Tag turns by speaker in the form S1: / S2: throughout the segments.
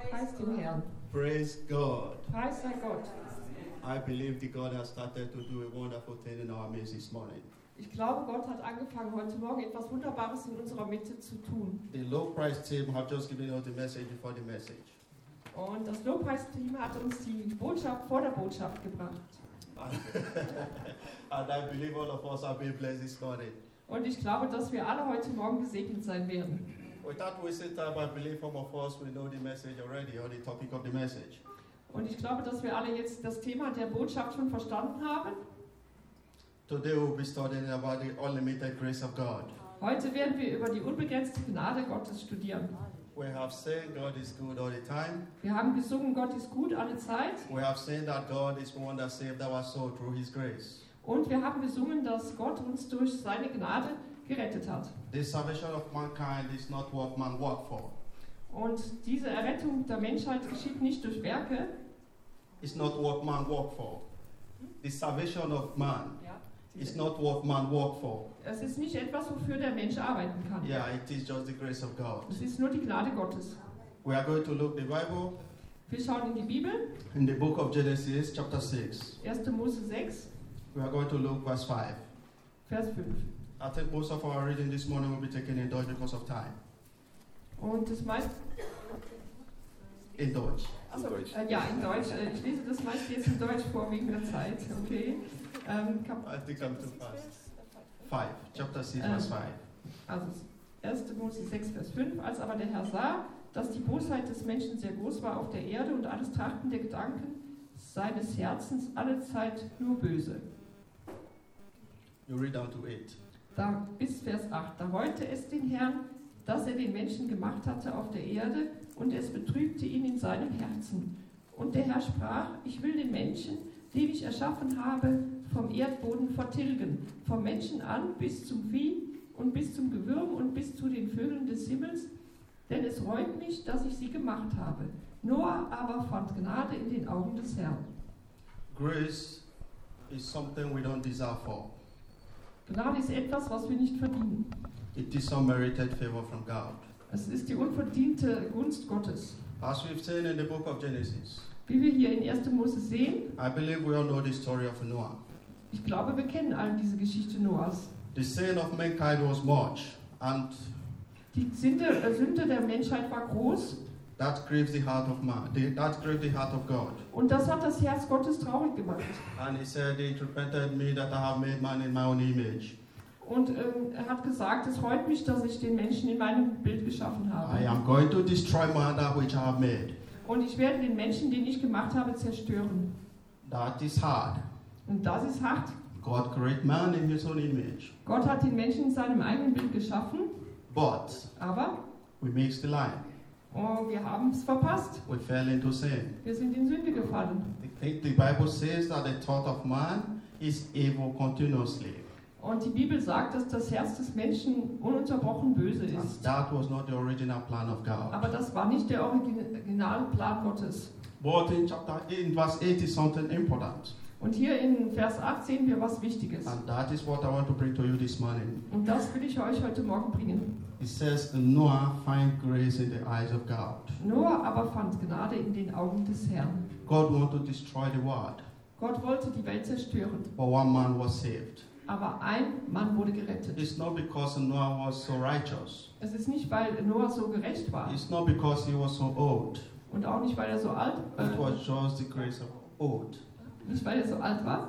S1: Preis dem Herrn.
S2: Praise God.
S1: Preis sei Gott.
S2: I believe that God has started to do a wonderful thing in our midst this morning.
S1: Ich glaube, Gott hat angefangen, heute Morgen etwas Wunderbares in unserer Mitte zu tun.
S2: The low price team have just given us the message before the message.
S1: Und das Lobpreisteam hat uns die Botschaft vor der Botschaft gebracht.
S2: And I believe all of us have been blessed this morning.
S1: Und ich glaube, dass wir alle heute Morgen gesegnet sein werden.
S2: Without wasting time, I believe some of us we know the message already or the topic of the message.
S1: Und ich glaube, dass wir alle jetzt das Thema der Botschaft schon verstanden haben.
S2: Today we'll be studying about the unlimited grace of God.
S1: Heute werden wir über die unbegrenzte Gnade Gottes studieren.
S2: We have said God is good all the time.
S1: Wir haben gesungen, Gott ist gut alle Zeit.
S2: We have said that God is the one that saved our soul through His grace.
S1: Und wir haben gesungen, dass Gott uns durch seine Gnade gerettet hat.
S2: The salvation of mankind is not what man worked for.
S1: Und diese Errettung der Menschheit geschieht nicht durch Werke.
S2: It's not what man worked for. The salvation of man is not what man worked for.
S1: Es ist nicht etwas, wofür der Mensch arbeiten kann.
S2: Yeah, it is just the grace of God.
S1: Es ist nur die Gnade Gottes.
S2: We are going to look the Bible
S1: Wir schauen in die Bibel,
S2: in the book of Genesis, chapter 6.
S1: 1. Mose 6,
S2: We are going to look verse 5.
S1: Vers 5.
S2: I think most of our reading this morning will be taken in Dutch because of time.
S1: Und das meiste,
S2: In Dutch.
S1: also, äh, ja, in Deutsch. Äh, Ich lese das meiste jetzt in Deutsch vor wegen der Zeit, okay? Ähm, Kap
S2: I think I'm too fast. 5. Chapter 6, verse 5.
S1: Also 1. Mose 6, Vers 5. Als aber der Herr sah, dass die Bosheit des Menschen sehr groß war auf der Erde und alles Trachten der Gedanken seines Herzens alle Zeit nur böse.
S2: You read down to 8.
S1: Da, bis Vers 8. Da reute es den Herrn, dass er den Menschen gemacht hatte auf der Erde und es betrübte ihn in seinem Herzen. Und der Herr sprach, ich will den Menschen, den ich erschaffen habe, vom Erdboden vertilgen, vom Menschen an bis zum Vieh und bis zum Gewürm und bis zu den Vögeln des Himmels, denn es reut mich, dass ich sie gemacht habe. Noah aber fand Gnade in den Augen des Herrn.
S2: Grace is something we don't deserve for.
S1: Gnade ist etwas, was wir nicht verdienen.
S2: It is unmerited favor from God.
S1: Es ist die unverdiente Gunst Gottes.
S2: As we've seen in the book of Genesis,
S1: Wie wir hier in 1. Mose sehen,
S2: I believe we all know the story of Noah.
S1: ich glaube, wir kennen alle diese Geschichte Noahs.
S2: The sin of mankind was much, and
S1: Die Sünde, äh, Sünde der Menschheit war groß
S2: that grieves the heart of man. The, that grieved the heart of God.
S1: und das hat das Herz Gottes traurig gemacht.
S2: And he said, It repented me that I have made man in my own image.
S1: Und ähm, er hat gesagt, es freut mich, dass ich den Menschen in meinem Bild geschaffen
S2: I
S1: habe.
S2: am going to destroy man that which I have made.
S1: Und ich werde den Menschen, den ich gemacht habe, zerstören.
S2: That is hard.
S1: Und das ist hart.
S2: God created man in his own image.
S1: Gott hat den Menschen in seinem eigenen Bild geschaffen,
S2: But
S1: aber
S2: we missed the line.
S1: oh, wir haben es verpasst.
S2: We fell into sin.
S1: Wir sind in Sünde gefallen.
S2: The, thing- the Bible says that the thought of man is evil continuously.
S1: Und die Bibel sagt, dass das Herz des Menschen ununterbrochen böse
S2: And
S1: ist.
S2: that was not the original plan of God.
S1: Aber das war nicht der originale Plan Gottes.
S2: But in chapter 8, in verse 8 is something important.
S1: Und hier in Vers 8 sehen wir was Wichtiges.
S2: And that is what I want to bring to you this morning.
S1: Und das will ich euch heute Morgen bringen.
S2: It says, Noah find grace in the eyes of God.
S1: Noah aber fand Gnade in den Augen des Herrn.
S2: God wanted to destroy the world,
S1: Gott wollte die Welt zerstören,
S2: but one man was saved.
S1: aber ein Mann wurde gerettet.
S2: It's not because Noah was so righteous.
S1: Es ist nicht, weil Noah so gerecht war
S2: It's not because he was so old.
S1: und auch nicht, weil er so alt
S2: It
S1: äh,
S2: was just the grace of old.
S1: nicht, weil er so alt war.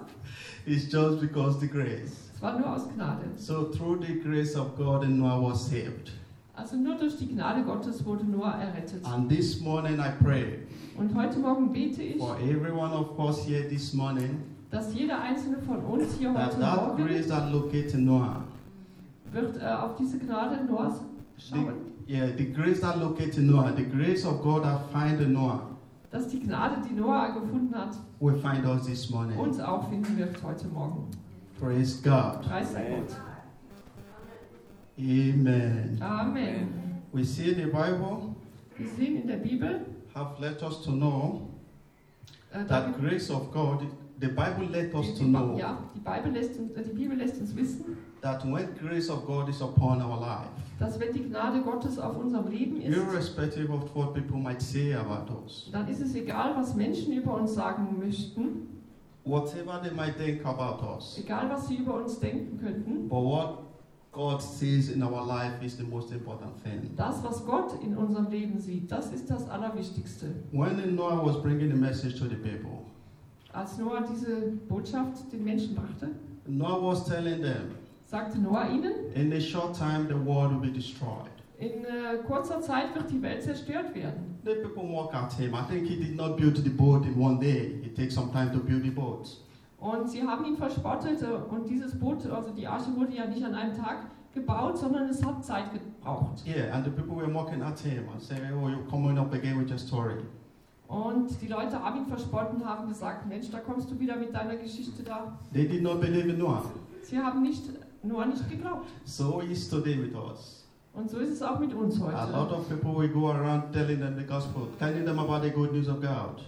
S2: It's just because the grace.
S1: Es war nur aus Gnade.
S2: So through the grace of God, Noah was saved.
S1: Also nur durch die Gnade Gottes wurde Noah errettet.
S2: And this morning I pray
S1: Und heute Morgen bete ich,
S2: for every one of us here this morning
S1: dass jeder einzelne von uns hier heute
S2: that that
S1: Morgen
S2: grace that locates Noah,
S1: wird äh, auf diese Gnade Noahs schauen,
S2: yeah, the grace that locates Noah, the grace of God that find Noah,
S1: dass die Gnade, die Noah gefunden hat,
S2: will find us this morning.
S1: uns auch finden wird heute Morgen.
S2: Praise God.
S1: Preis sei Gott.
S2: Amen.
S1: Ah. Amen.
S2: We see the Bible
S1: Wir sehen in der Bibel,
S2: have let us to know
S1: äh, da
S2: that
S1: gibt-
S2: grace of God The Bible let us
S1: Die-
S2: to
S1: die-
S2: know
S1: Ja, die Bibel, lässt uns, äh, die Bibel lässt uns wissen,
S2: that when grace of God is upon our life,
S1: dass wenn die Gnade Gottes auf unserem Leben ist,
S2: irrespective of what people might say about us,
S1: dann ist es egal, was Menschen über uns sagen möchten,
S2: whatever they might think about us,
S1: egal, was sie über uns denken könnten.
S2: but what God sees in our life is the most important thing.
S1: Das, was Gott in unserem Leben sieht, das ist das Allerwichtigste.
S2: When Noah was bringing the message to the people,
S1: Als Noah diese Botschaft den Menschen brachte,
S2: Noah was telling them,
S1: sagte Noah ihnen,
S2: in a short time the world will be destroyed.
S1: in äh, kurzer Zeit wird die Welt zerstört werden.
S2: The people mock at him. I think he did not build the boat in one day. It takes some time to build the boat.
S1: Und sie haben ihn verspottet äh, und dieses Boot, also die Arche wurde ja nicht an einem Tag gebaut, sondern es hat Zeit gebraucht.
S2: Yeah, and the people were mocking at him and saying, Oh, you're coming up again with your story.
S1: Und die Leute haben ihn verspotten, haben gesagt, Mensch, da kommst du wieder mit deiner Geschichte da.
S2: They did not believe in Noah.
S1: Sie haben nicht, Noah nicht geglaubt.
S2: So he is today with us.
S1: Und so ist es auch mit uns
S2: A lot
S1: heute.
S2: of people will go around telling them the gospel, telling them about the good news of God,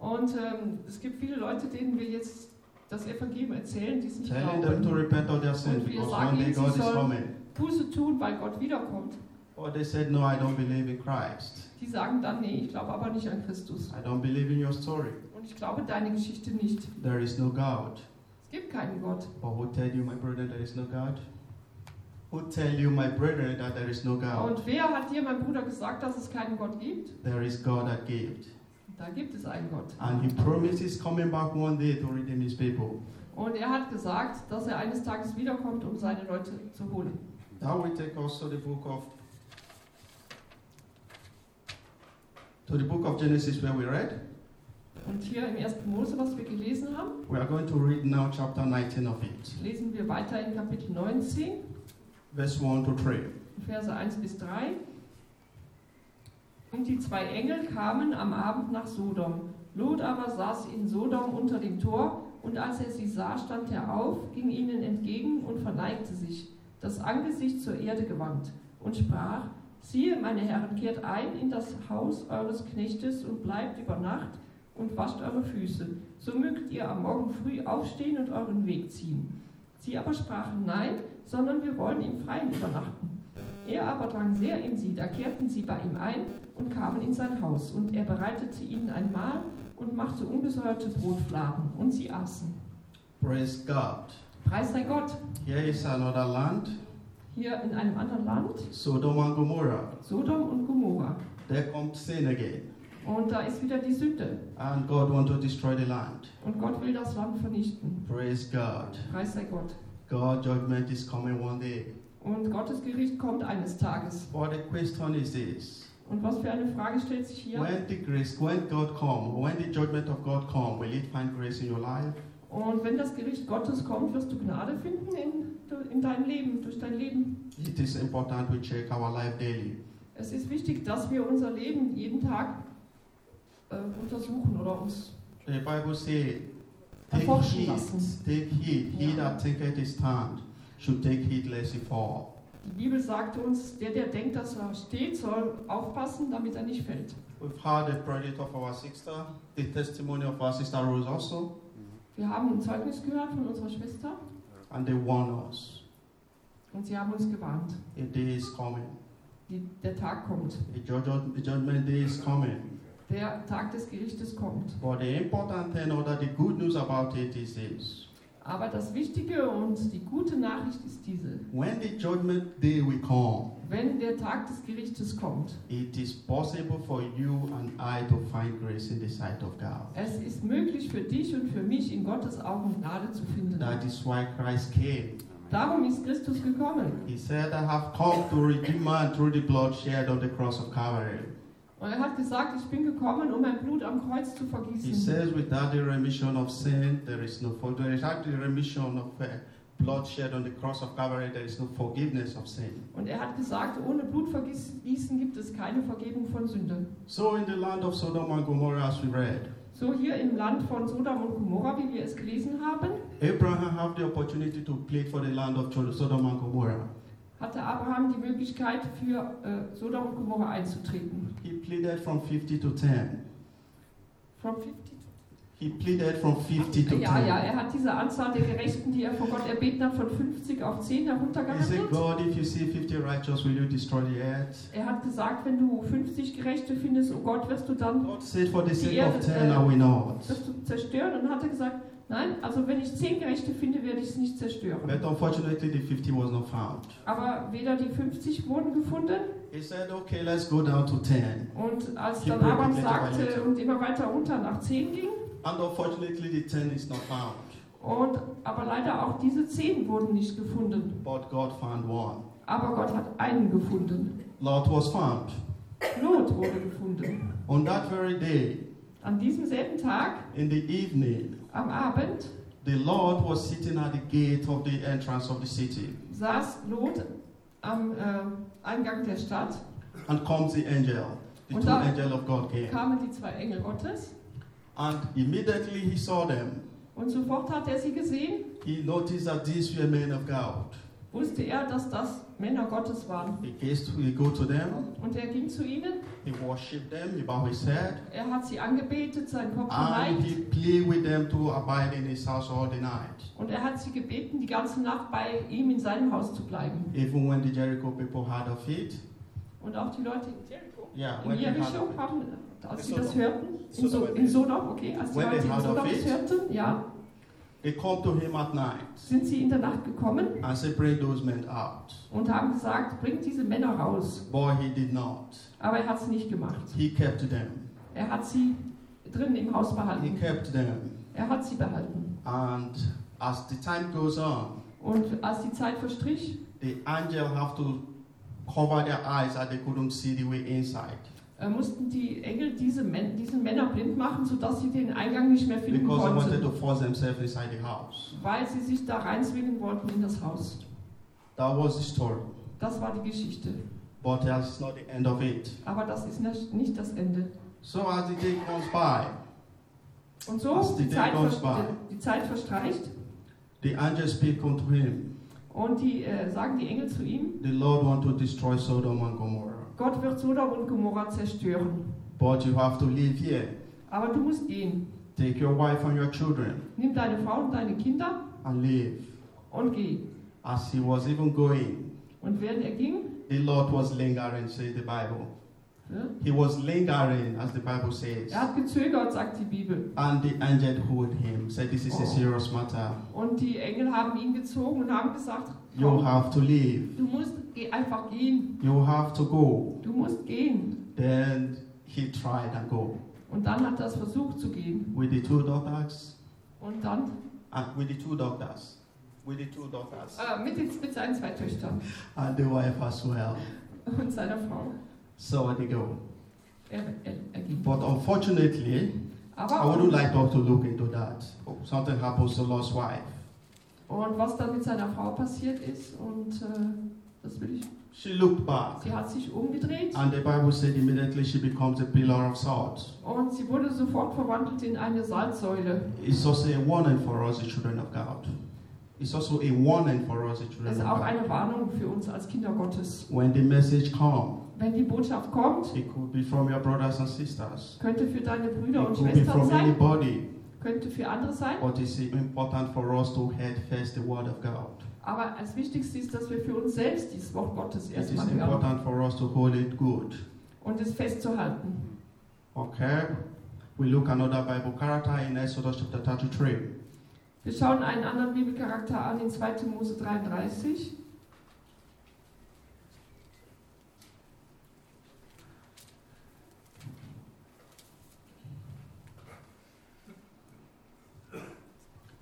S1: Und ähm, es gibt viele Leute, denen wir jetzt das Evangelium erzählen, die es nicht
S2: telling them to
S1: glauben.
S2: repent of their sins because one day God is coming.
S1: Buße tun, weil Gott wiederkommt.
S2: Or they said, No, I don't believe in Christ.
S1: Die sagen dann, nee, ich glaube aber nicht an Christus.
S2: I don't believe in your story.
S1: Und ich glaube deine Geschichte nicht.
S2: There is no God.
S1: Es gibt keinen Gott.
S2: But who tell you, my brethren, there is no God? Who tell you, my brethren, that there is no God?
S1: Und wer hat dir, mein Bruder, gesagt, dass es keinen Gott gibt?
S2: There is God that gave.
S1: Da gibt es einen Gott.
S2: And he promises coming back one day to redeem his people.
S1: Und er hat gesagt, dass er eines Tages wiederkommt, um seine Leute zu holen.
S2: That will take us to the book of to the book of Genesis where we read.
S1: Und hier im 1. Mose, was wir gelesen haben,
S2: We are going to read now chapter 19 of it.
S1: lesen wir weiter in Kapitel 19,
S2: Verse 1 to 3.
S1: Verse 1 bis 3. Und die zwei Engel kamen am Abend nach Sodom. Lot aber saß in Sodom unter dem Tor, und als er sie sah, stand er auf, ging ihnen entgegen und verneigte sich, das Angesicht zur Erde gewandt, und sprach, siehe, meine Herren, kehrt ein in das Haus eures Knechtes und bleibt über Nacht und wascht eure Füße, so mögt ihr am Morgen früh aufstehen und euren Weg ziehen. Sie aber sprachen, nein, sondern wir wollen im Freien übernachten. Er aber drang sehr in sie, da kehrten sie bei ihm ein und kamen in sein Haus. Und er bereitete ihnen ein Mahl und machte ungesäuerte Brotfladen. Und sie aßen.
S2: Praise God.
S1: Preis sei Gott,
S2: Here is another land,
S1: hier in einem anderen Land,
S2: Sodom and Gomorrah.
S1: Sodom und Gomorra.
S2: There comes sin again.
S1: Und da ist wieder die Sünde.
S2: And God wants to destroy the land.
S1: Und Gott will das Land vernichten.
S2: Praise God.
S1: Preis sei Gott.
S2: God's judgment is coming one day.
S1: Und Gottes Gericht kommt eines Tages.
S2: But the question is this.
S1: Und was für eine Frage stellt sich hier?
S2: When the grace, when God come, when the judgment of God come, will it find grace in your life?
S1: Und wenn das Gericht Gottes kommt, wirst du Gnade finden in, in deinem Leben, durch dein Leben.
S2: It is important we check our life daily.
S1: Es ist wichtig, dass wir unser Leben jeden Tag äh, untersuchen oder uns.
S2: The Bible says, take
S1: Erforschen
S2: heed,
S1: lassen.
S2: take heed, he
S1: Ja.
S2: that thinketh his stand should take heed lest he fall.
S1: Die Bibel sagt uns, der, der denkt, dass er steht, soll aufpassen, damit er nicht fällt.
S2: We've heard the project of our sister, the testimony of our sister Rose also,
S1: Wir haben ein Zeugnis gehört von unserer Schwester
S2: and they warn us,
S1: und sie haben uns gewarnt.
S2: a day is coming,
S1: Die, der Tag kommt.
S2: a judgment, a judgment day is coming.
S1: Der Tag des Gerichtes kommt.
S2: But the important thing or that the good news about it is this.
S1: Aber das Wichtige und die gute Nachricht ist diese.
S2: When the judgment day will come,
S1: Wenn der Tag des Gerichtes kommt,
S2: it is possible for you and I to find grace in the sight of God.
S1: es ist möglich für dich und für mich, in Gottes Augen Gnade zu finden.
S2: That is why Christ came.
S1: Darum ist Christus gekommen.
S2: He said, I have come to redeem man through the blood shed on the cross of Calvary.
S1: Und er hat gesagt, ich bin gekommen, um mein Blut am Kreuz zu
S2: He
S1: vergießen.
S2: says, without the remission of sin, there is no for- there is Without the remission of uh, blood shed on the cross of Calvary, there is no forgiveness of sin.
S1: Und er hat gesagt, ohne Blutvergießen gibt es keine Vergebung von Sünde.
S2: So in the land of Sodom and Gomorrah, as we read,
S1: So hier im Land von Sodom und Gomorra, wie wir es gelesen haben,
S2: Abraham had the opportunity to plead for the land of Chod- Sodom and Gomorrah.
S1: hatte Abraham die Möglichkeit, für äh, Sodom und Gomorra einzutreten.
S2: He pleaded from 50 to 10.
S1: From 50 to
S2: He pleaded from 50 to 10.
S1: Ja, ja, er hat diese Anzahl der Gerechten, die er vor Gott erbeten hat, von 50 auf 10
S2: He said,
S1: heruntergehandelt.
S2: God, if you see 50 righteous, will you destroy the earth?
S1: Er hat gesagt, wenn du 50 Gerechte findest, oh Gott, wirst du dann
S2: God said, for the sake
S1: Yeah,
S2: of
S1: but,
S2: 10,
S1: uh,
S2: I will not.
S1: wirst du zerstören. Und dann hat er gesagt, nein, also wenn ich 10 Gerechte finde, werde ich es nicht zerstören.
S2: But unfortunately, the 50 was not found.
S1: Aber weder die 50 wurden gefunden.
S2: He said, okay, let's go down to 10.
S1: Und als dann
S2: Keep breaking
S1: Abraham
S2: little by
S1: sagte
S2: little.
S1: und immer weiter runter nach 10 ging,
S2: And unfortunately, the 10 is not found.
S1: und, aber leider auch diese 10 wurden nicht gefunden.
S2: But God found one.
S1: Aber Gott hat einen gefunden.
S2: Lot was found.
S1: Lot wurde gefunden.
S2: On that very day,
S1: An diesem selben Tag,
S2: in the evening,
S1: am Abend,
S2: the Lord was sitting at the gate of the entrance of the city.
S1: saß Lot am äh, Eingang der Stadt,
S2: And comes the angel. The
S1: Und
S2: two
S1: da-
S2: angel of God came.
S1: kamen die zwei Engel Gottes
S2: And immediately he saw them.
S1: und sofort hat er sie gesehen,
S2: He noticed that these were men of God.
S1: wusste er, dass das Männer Gottes waren.
S2: He gazed- he go to them,
S1: Und er ging zu ihnen,
S2: he worshipped them, he bowed his head,
S1: er hat sie angebetet, seinen Kopf
S2: and
S1: geneigt
S2: he played with them to abide in his house all the night.
S1: und er hat sie gebeten, die ganze Nacht bei ihm in seinem Haus zu bleiben.
S2: Even when the Jericho people heard of it,
S1: Und auch die Leute in Jericho,
S2: yeah,
S1: in
S2: when they heard
S1: Jericho
S2: of it,
S1: haben, als sie
S2: In
S1: das
S2: Sodom.
S1: hörten, in, so
S2: Sodom,
S1: in Sodom, okay, als die
S2: When
S1: Leute
S2: they
S1: in
S2: heard of
S1: Sodom
S2: it.
S1: das hörten, ja,
S2: they come to him at night
S1: sind sie in der Nacht gekommen
S2: and said, Bring those men out.
S1: und haben gesagt, bringt diese Männer raus.
S2: Boy, he did not.
S1: Aber er hat es nicht gemacht.
S2: He kept them.
S1: Er hat sie drin im Haus
S2: He
S1: behalten.
S2: kept them.
S1: Er hat sie behalten.
S2: And as the time goes on,
S1: Und als die Zeit verstrich,
S2: the angel have to cover their eyes that they couldn't see the way inside
S1: äh, mussten die Engel diese, Män diese Männer blind machen, sodass sie den Eingang nicht mehr finden
S2: because they wanted
S1: konnten,
S2: to force themselves inside the house.
S1: weil sie sich da reinzwingen wollten in das Haus.
S2: That was the story.
S1: Das war die Geschichte.
S2: But that's not the end of it.
S1: Aber das ist nicht- nicht das Ende.
S2: So as the day goes by,
S1: Und so,
S2: Als die
S1: die Zeit,
S2: Denkmal
S1: vers-
S2: war.
S1: die Zeit verstreicht
S2: the angel speak unto him,
S1: und die äh, sagen die Engel zu ihm,
S2: The Lord want to destroy Sodom and Gomorrah,
S1: Gott wird Sodom und Gomorra zerstören.
S2: but you have to live here.
S1: Aber du musst gehen.
S2: Take your wife and your children
S1: Nimm deine Frau und deine Kinder
S2: and leave.
S1: und geh.
S2: As he was even going,
S1: Und während er ging,
S2: the Lord was lingering, say the Bible.
S1: ne,
S2: He was lingering, as the Bible says.
S1: er hat gezögert, sagt die Bibel.
S2: And the angel hold him, said, This is
S1: Oh.
S2: a serious matter.
S1: Und die Engel haben ihn gezogen und haben gesagt,
S2: You
S1: komm,
S2: have to leave.
S1: du musst geh einfach gehen,
S2: You have to go.
S1: du musst gehen.
S2: Then he tried and go
S1: Und dann hat er es versucht zu gehen.
S2: with the two daughters,
S1: Und dann
S2: and with the two daughters, with the two daughters,
S1: äh, mit, den, mit seinen zwei Töchtern
S2: and the wife as well.
S1: und seiner Frau.
S2: So they go.
S1: Er, er, er ging.
S2: But unfortunately, I
S1: Aber
S2: wouldn't like us to look into that. Something happens to Lot's wife.
S1: und was dann mit seiner Frau passiert ist und äh, das will ich.
S2: She looked back,
S1: Sie hat sich umgedreht
S2: and the Bible said immediately she becomes a pillar of salt.
S1: und sie wurde sofort verwandelt in eine Salzsäule.
S2: It's also a warning for us, the children of God. It's also a warning for us, the children
S1: Das ist
S2: of
S1: auch
S2: God.
S1: eine Warnung für uns als Kinder Gottes.
S2: When the message comes,
S1: Wenn die Botschaft kommt,
S2: it could be from your brothers and sisters.
S1: könnte für deine Brüder
S2: It
S1: und
S2: could be
S1: Schwestern
S2: from
S1: sein,
S2: anybody,
S1: könnte für andere sein.
S2: but it's important for us to head first the word of God.
S1: Aber als Wichtigste ist, dass wir für uns selbst dieses Wort Gottes
S2: It is
S1: erstmal hören
S2: important for us to hold it good.
S1: und es festzuhalten.
S2: Okay? We look another Bible character in Exodus chapter 33.
S1: Wir schauen einen anderen Bibelcharakter an in 2. Mose 33.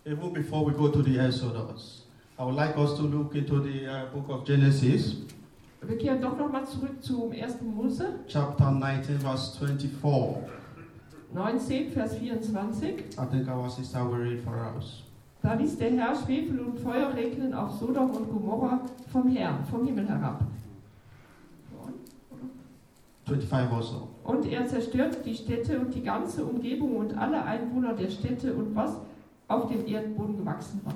S2: Even before we go to the Exodus, I would like us to look into the uh, book of Genesis,
S1: Wir kehren doch nochmal zurück zum 1. Mose
S2: chapter 19, verse 24.
S1: 19, Vers 24.
S2: I think our sister will read for us.
S1: Da ließ der Herr Schwefel und Feuer regnen auf Sodom und Gomorra vom Herrn, vom Himmel herab.
S2: 25 also.
S1: Und er zerstörte die Städte und die ganze Umgebung und alle Einwohner der Städte und was auf dem Erdboden gewachsen war.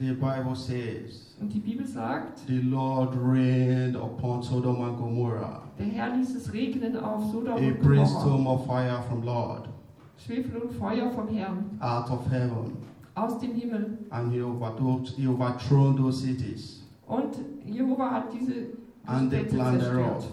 S2: The Bible says,
S1: Und die Bibel sagt,
S2: The Lord rained upon Sodom and Gomorrah
S1: der Herr ließ es regnen auf Sodom
S2: a
S1: und Gomorra.
S2: brimstone of fire from Lord.
S1: Schwefel und Feuer vom Herrn
S2: out of heaven,
S1: aus dem Himmel.
S2: and he overthrew, he overthrew those cities
S1: Und Jehova hat diese
S2: and the
S1: Städte
S2: plan thereof,
S1: zerstört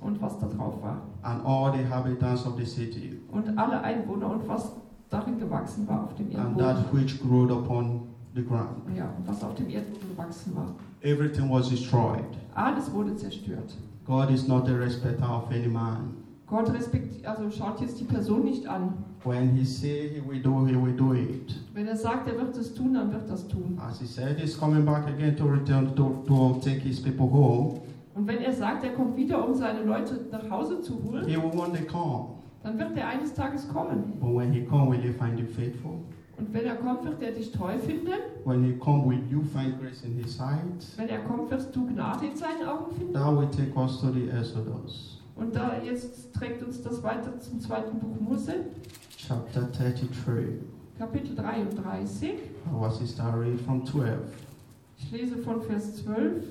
S1: und was da drauf war.
S2: and all the inhabitants of the city,
S1: Und alle Einwohner und was darin gewachsen war auf dem
S2: and
S1: Erdboden.
S2: that which grew upon the ground.
S1: Ja, und was auf dem Erdboden gewachsen war.
S2: Everything was destroyed.
S1: Alles wurde zerstört.
S2: God is not a respecter of any man.
S1: Gott respektiert, also schaut jetzt die Person nicht an.
S2: When he say he will do, he will do it.
S1: Wenn er sagt, er wird es tun, dann wird das tun.
S2: As he said, he's coming back again to return to, to take his people home.
S1: Und wenn er sagt, er kommt wieder, um seine Leute nach Hause zu holen,
S2: He will want to come.
S1: dann wird er eines Tages kommen.
S2: But when he come, will you find him faithful?
S1: Und wenn er kommt, wird er dich treu finden.
S2: When he come, will you find grace in his sight?
S1: Wenn er kommt, wirst du Gnade in seinen Augen finden.
S2: That will take us to the Exodus,
S1: Und da jetzt trägt uns das weiter zum zweiten Buch Mose,
S2: chapter 33.
S1: Kapitel 33.
S2: Our sister read from 12.
S1: Ich lese von Vers 12.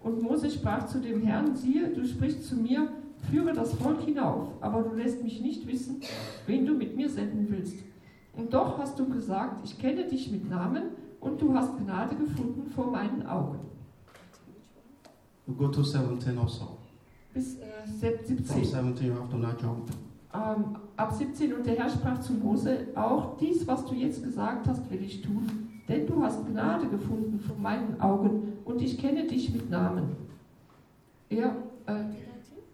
S1: Und Mose sprach zu dem Herrn, siehe, du sprichst zu mir, führe das Volk hinauf, aber du lässt mich nicht wissen, wen du mit mir senden willst. Und doch hast du gesagt, ich kenne dich mit Namen und du hast Gnade gefunden vor meinen Augen.
S2: We go to 17 also.
S1: Bis äh, 17.
S2: From 17, you have to not jump.
S1: Ähm, ab 17 und der Herr sprach zu Mose, auch dies, was du jetzt gesagt hast, will ich tun, denn du hast Gnade gefunden vor meinen Augen und ich kenne dich mit Namen. Er, äh,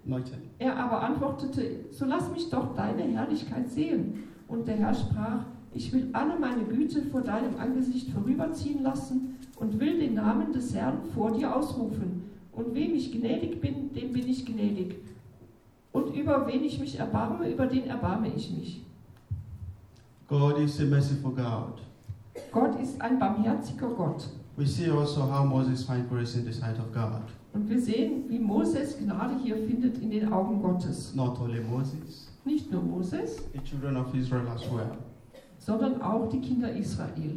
S2: 19.
S1: er aber antwortete, so lass mich doch deine Herrlichkeit sehen. Und der Herr sprach, ich will alle meine Güte vor deinem Angesicht vorüberziehen lassen und will den Namen des Herrn vor dir ausrufen. Und wem ich gnädig bin, dem bin ich gnädig. Und über wen ich mich erbarme, über den erbarme ich mich.
S2: God is a merciful God.
S1: Gott ist ein barmherziger Gott.
S2: We see also how Moses find grace in the sight of God.
S1: Und wir sehen, wie Moses Gnade hier findet in den Augen Gottes.
S2: Not only Moses,
S1: Nicht nur Moses,
S2: the children of Israel as well.
S1: sondern auch die Kinder Israel.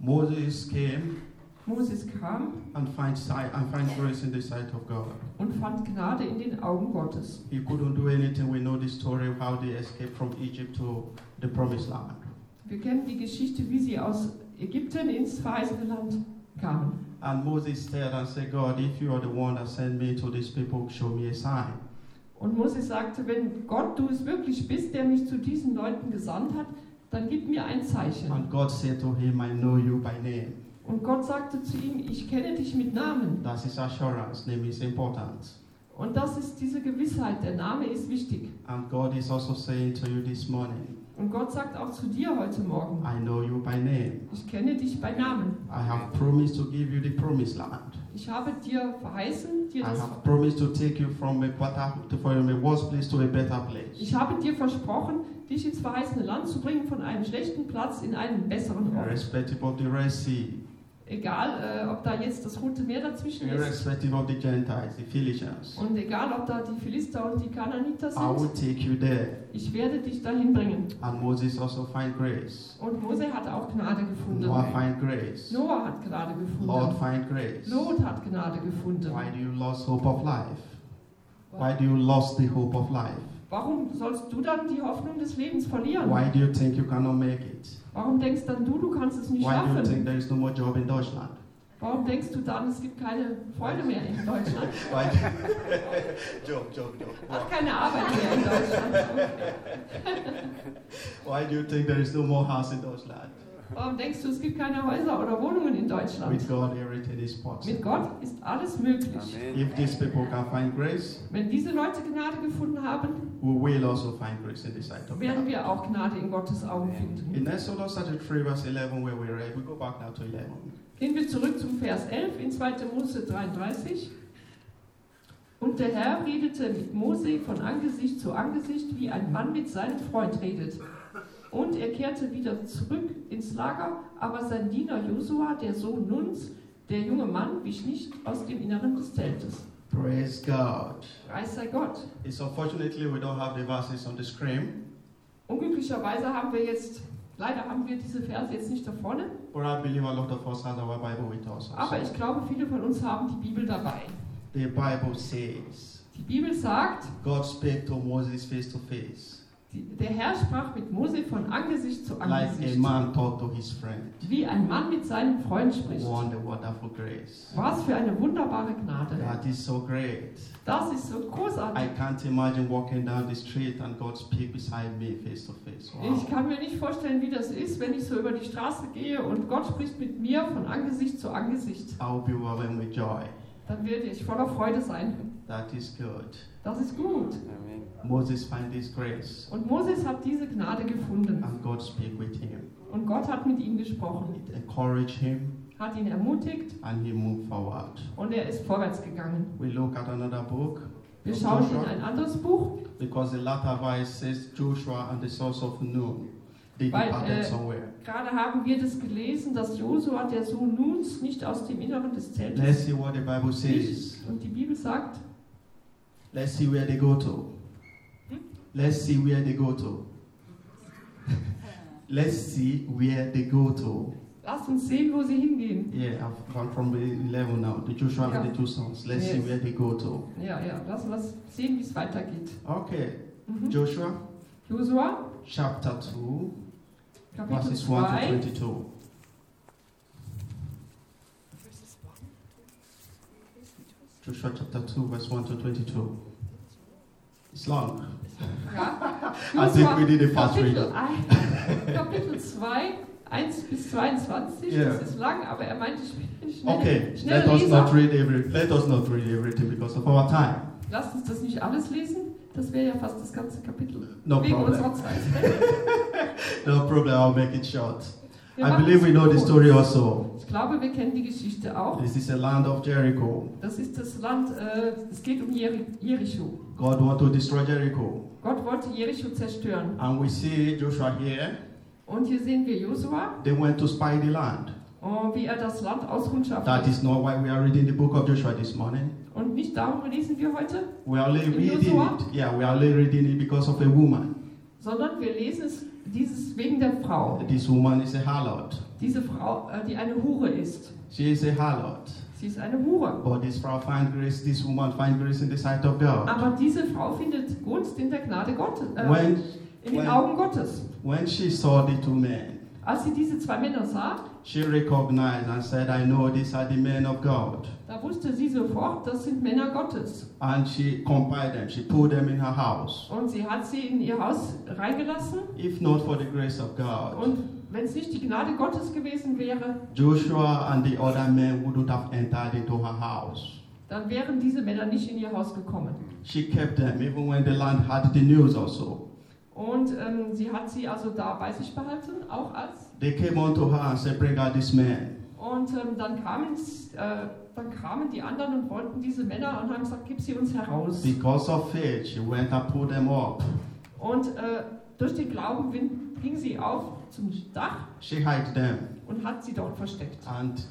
S2: Moses came
S1: Moses kam
S2: and find sight and find grace in the sight of God.
S1: und fand Gnade in den Augen Gottes.
S2: He couldn't do anything. We know the story of how they escaped from Egypt to the promised land.
S1: Wir kennen die Geschichte, wie sie aus Ägypten ins verheißene Land kamen.
S2: And Moses stared and said, God, if you are the one that sent me to these people, show me a sign.
S1: Und Moses sagte, wenn Gott du es wirklich bist, der mich zu diesen Leuten gesandt hat, dann gib mir ein Zeichen.
S2: And God said to him, I know you by name.
S1: Und Gott sagte zu ihm, ich kenne dich mit Namen.
S2: That's his assurance. Name is important.
S1: Und das ist diese Gewissheit, der Name ist wichtig.
S2: And God is also saying to you this morning,
S1: Und Gott sagt auch zu dir heute Morgen,
S2: I know you by name.
S1: ich kenne dich bei Namen.
S2: I have promised to give you the promised land.
S1: Ich habe dir verheißen, dir
S2: I
S1: das,
S2: have promised to take you from a better, to- from a worse place to a better place.
S1: ich habe dir versprochen, dich ins verheißene Land zu bringen, von einem schlechten Platz in einen besseren Ort.
S2: Irrespective of the Red Sea,
S1: Egal, äh, ob da jetzt das Rote Meer dazwischen ist
S2: irrespective of the Gentiles, the Philistines,
S1: und egal, ob da die Philister und die Kananiter
S2: I will
S1: sind,
S2: take you there.
S1: ich werde dich dahin bringen.
S2: And Moses also find grace.
S1: Und Mose hat auch Gnade gefunden.
S2: Noah find grace.
S1: Noah hat Gnade
S2: Lord
S1: gefunden.
S2: find grace.
S1: Lot hat Gnade gefunden.
S2: Why do you lose hope of life? Why do you lose the hope of life?
S1: Warum sollst du dann die Hoffnung des Lebens verlieren?
S2: Why do you think you cannot make it?
S1: Warum denkst dann du, du kannst es nicht
S2: Why do you
S1: schaffen?
S2: think there is no more job in Deutschland?
S1: Warum denkst du dann, es gibt keine Freude mehr in Deutschland?
S2: Why? job, job,
S1: Ach,
S2: job.
S1: keine Arbeit mehr in Deutschland.
S2: Why do you think there is no more house in Deutschland?
S1: Warum denkst du, es gibt keine Häuser oder Wohnungen in Deutschland?
S2: With God, everything is
S1: Mit
S2: possible.
S1: Gott ist alles möglich.
S3: Amen.
S2: If these people can find grace,
S1: Wenn diese Leute Gnade gefunden haben,
S2: we will also find grace in the sight of
S1: werden
S2: God.
S1: wir auch Gnade in Gottes Augen finden.
S2: In Exodus 33, verse 11, where we read, we go back now to 11.
S1: Gehen wir zurück zum Vers 11 in 2. Mose 33. Und der Herr redete mit Mose von Angesicht zu Angesicht, wie ein Mann mit seinem Freund redet. Und er kehrte wieder zurück ins Lager, aber sein Diener Josua, der Sohn Nuns, der junge Mann, wich nicht aus dem Inneren des Zeltes.
S2: Praise God.
S1: Preis sei Gott.
S2: It's unfortunately we don't have the verses on the screen.
S1: Unglücklicherweise haben wir jetzt, leider haben wir diese Verse jetzt nicht da vorne,
S2: But I believe a lot of us have our Bible with us.
S1: Aber
S2: Also.
S1: ich glaube, viele von uns haben die Bibel dabei.
S2: The Bible says,
S1: Die Bibel sagt,
S2: God spake to Moses face to face.
S1: Die- Der Herr sprach mit Mose von Angesicht zu
S2: like a
S1: Angesicht,
S2: man talked to his friend.
S1: wie ein Mann mit seinem Freund spricht.
S2: What a wonderful grace.
S1: Was für eine wunderbare Gnade.
S2: That is so great.
S1: Das ist so
S2: I
S1: großartig.
S2: can't imagine walking down the street and God speak beside me face to face.
S1: Ich
S2: Wow.
S1: kann mir nicht vorstellen, wie das ist, wenn ich so über die Straße gehe und Gott spricht mit mir von Angesicht zu Angesicht.
S2: I will be overwhelmed with joy.
S1: Dann werde ich voller Freude sein.
S2: That is good.
S1: Das ist gut.
S3: Amen.
S2: Moses find this grace
S1: Und Moses hat diese Gnade gefunden.
S2: and God speak with him.
S1: Und Gott hat mit ihm gesprochen,
S2: It encourage him
S1: hat ihn ermutigt
S2: and he move forward.
S1: und er ist vorwärts gegangen.
S2: We look at another book
S1: Wir schauen in ein anderes Buch,
S2: because the latter verse says Joshua and the sons of Nun. They
S1: Weil,
S2: departed
S1: äh,
S2: somewhere.
S1: Gerade haben wir das gelesen, dass Josua, der Sohn Nuns, nicht aus dem Inneren des
S2: Let's
S1: Zeltes
S2: see what the Bible says.
S1: flieht. Und die Bibel sagt,
S2: Let's see where they go to. Let's see where they go to. Let's see where they go to.
S1: lasst uns sehen, wo sie hingehen.
S2: Yeah, I've gone from the 11 now. The Joshua and the two sons. Let's see
S1: Yes.
S2: where they go to.
S1: Ja, ja, lassen wir sehen, wie es weitergeht.
S2: Okay,
S1: Mhm.
S2: Joshua
S1: Josua,
S2: chapter 2,
S1: Kapitel
S2: verses 1 to
S1: 2,
S2: 22. Joshua chapter 2, verse 1 to 22. It's long.
S1: ja.
S2: I think we
S1: Josua,
S2: did a fast
S1: Kapitel,
S2: reading.
S1: ein- Kapitel 2, 1 bis 22,
S2: Yeah.
S1: das ist lang, aber er meinte schnell, schnell,
S2: Okay, let
S1: schnell
S2: us
S1: Leser.
S2: not read every let us not read everything because of our time.
S1: Lasst uns das nicht alles lesen, das wäre ja fast das ganze Kapitel.
S2: No
S1: Wegen
S2: problem.
S1: unserer Zeit. ne?
S2: No problem, I'll make it short.
S1: Wir
S2: I
S1: machen
S2: believe
S1: es
S2: we know the
S1: kurz.
S2: story also.
S1: Ich glaube, wir kennen die Geschichte auch.
S2: This is the land of Jericho.
S1: Das ist das Land, äh, es geht um Jeri Jericho.
S2: God want to destroy Jericho.
S1: Gott wollte Jericho zerstören.
S2: And we see Joshua here.
S1: Und hier sehen wir Josua,
S2: They went to spy the land.
S1: oh, wie er das Land
S2: That
S1: auskundschaftet.
S2: is not why we are reading the book of Joshua this morning.
S1: Und nicht darum lesen wir heute,
S2: We are only
S1: In
S2: reading
S1: Joshua?
S2: it. Yeah, we are only reading it because of a woman.
S1: sondern wir lesen es dieses wegen der Frau.
S2: This woman is a harlot.
S1: Diese Frau, äh, die eine Hure ist.
S2: She is a harlot.
S1: Sie ist eine Hure.
S2: But this Frau find grace, this woman find grace in the sight of God.
S1: Aber diese Frau findet Gunst in der Gnade Gottes, äh,
S2: When
S1: in den
S2: when-
S1: Augen Gottes.
S2: When she saw the two men,
S1: Als sie diese zwei Männer sah,
S2: she recognized and said, I know these are the men of God.
S1: da wusste sie sofort, das sind Männer Gottes.
S2: And she compiled them, she put them in her house.
S1: Und sie hat sie in ihr Haus reingelassen.
S2: If not for the grace of God,
S1: Und wenn es nicht die Gnade Gottes gewesen wäre,
S2: Joshua and the other men wouldn't have entered into her house.
S1: dann wären diese Männer nicht in ihr Haus gekommen.
S2: She kept them even when the land had the news also.
S1: Und ähm, sie hat sie also da bei sich behalten, auch als.
S2: They came unto her and said, Bring out these men.
S1: Und ähm, dann, kamen, äh, dann kamen die anderen und wollten diese Männer und haben gesagt, gib sie uns heraus.
S2: Because of faith, she went and pulled them up.
S1: Und äh, durch den Glauben win- ging sie auf zum Dach
S2: She hid them,
S1: und hat sie dort versteckt.
S2: and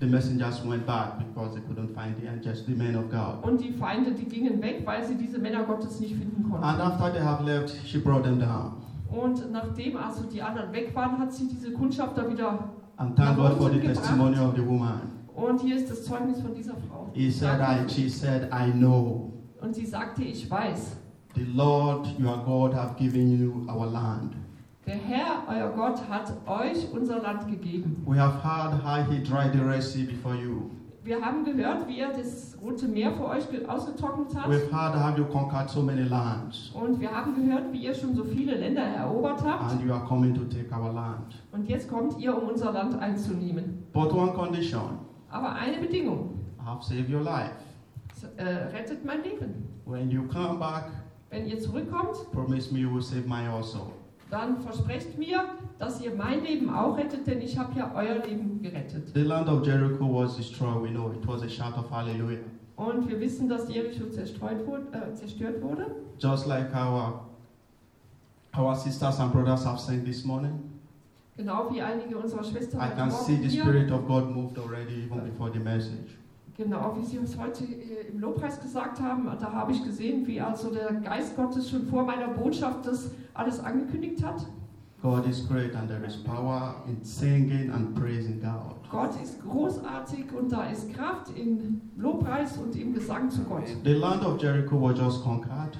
S2: the messengers went back because they couldn't find the angels, the men of God.
S1: Und die Feinde, die gingen weg, weil sie diese Männer Gottes nicht finden konnten.
S2: And after they have left, she brought them down.
S1: Und nachdem also die anderen weg waren, hat sie diese Kundschafter wieder.
S2: And thank God for the
S1: Gebracht.
S2: testimony of the woman.
S1: Und hier ist das Zeugnis von dieser Frau.
S2: He said, I, she said, I know.
S1: Und sie sagte, ich weiß,
S2: The Lord your God have given you our land.
S1: der Herr, euer Gott, hat euch unser Land gegeben.
S2: We have heard how he dried the Red Sea before you.
S1: Wir haben gehört, wie er das Rote Meer für euch ge- ausgetrocknet hat.
S2: We've heard how you conquered so many lands.
S1: Und wir haben gehört, wie ihr schon so viele Länder erobert habt.
S2: And you are coming to take our land.
S1: Und jetzt kommt ihr, um unser Land einzunehmen.
S2: But one condition
S1: Aber eine Bedingung,
S2: I have saved your life.
S1: S- äh, rettet mein Leben.
S2: When you come back,
S1: Wenn ihr zurückkommt,
S2: promise me you will save mine also.
S1: dann versprecht mir, dass ihr mein Leben auch rettet, denn ich habe ja euer Leben gerettet.
S2: The land of Jericho was destroyed, we know. It was a shout of hallelujah.
S1: Und wir wissen, dass Jericho zerstreut wurde, äh, zerstört wurde.
S2: Just like our our sisters and brothers have sang this morning,
S1: Genau wie einige unserer Schwestern
S2: I
S1: heute
S2: can
S1: Morgen
S2: see the
S1: hier,
S2: Spirit of God moved already even before the message.
S1: genau wie sie uns heute äh, im Lobpreis gesagt haben, da habe ich gesehen, wie also der Geist Gottes schon vor meiner Botschaft das alles angekündigt hat.
S2: God is great and there is power in singing and praising God.
S1: Gott ist großartig und da ist Kraft im Lobpreis und im Gesang zu Gott.
S3: Amen.
S2: The land of Jericho was just conquered,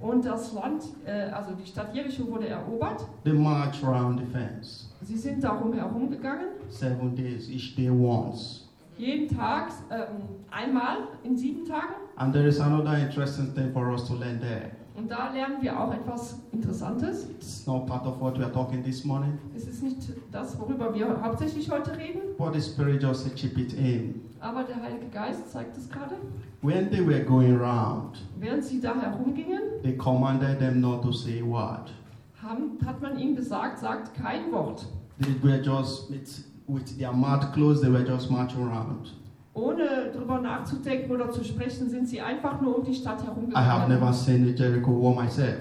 S1: Und das Land, äh, also die Stadt Jericho wurde erobert.
S2: They marched round the fence
S1: Sie sind darum herumgegangen,
S2: seven days, each day once.
S1: jeden Tag ähm, einmal in sieben Tagen.
S2: And there is another interesting thing for us to learn there.
S1: Und da lernen wir auch etwas Interessantes.
S2: It's not part of what we are talking this morning,
S1: Es ist nicht das, worüber wir hauptsächlich heute reden,
S2: but the Spirit just chip it in.
S1: aber der Heilige Geist zeigt es gerade.
S2: When they were going round,
S1: Während sie da herumgingen,
S2: they commanded them not to say a word.
S1: haben, hat man ihnen gesagt, sagt kein Wort.
S2: They were just with, with their mouth closed, they were just marching around.
S1: Ohne drüber nachzudenken oder zu sprechen, sind sie einfach nur um die Stadt
S2: I have
S1: herumgegangen.
S2: never seen a Jericho wall myself.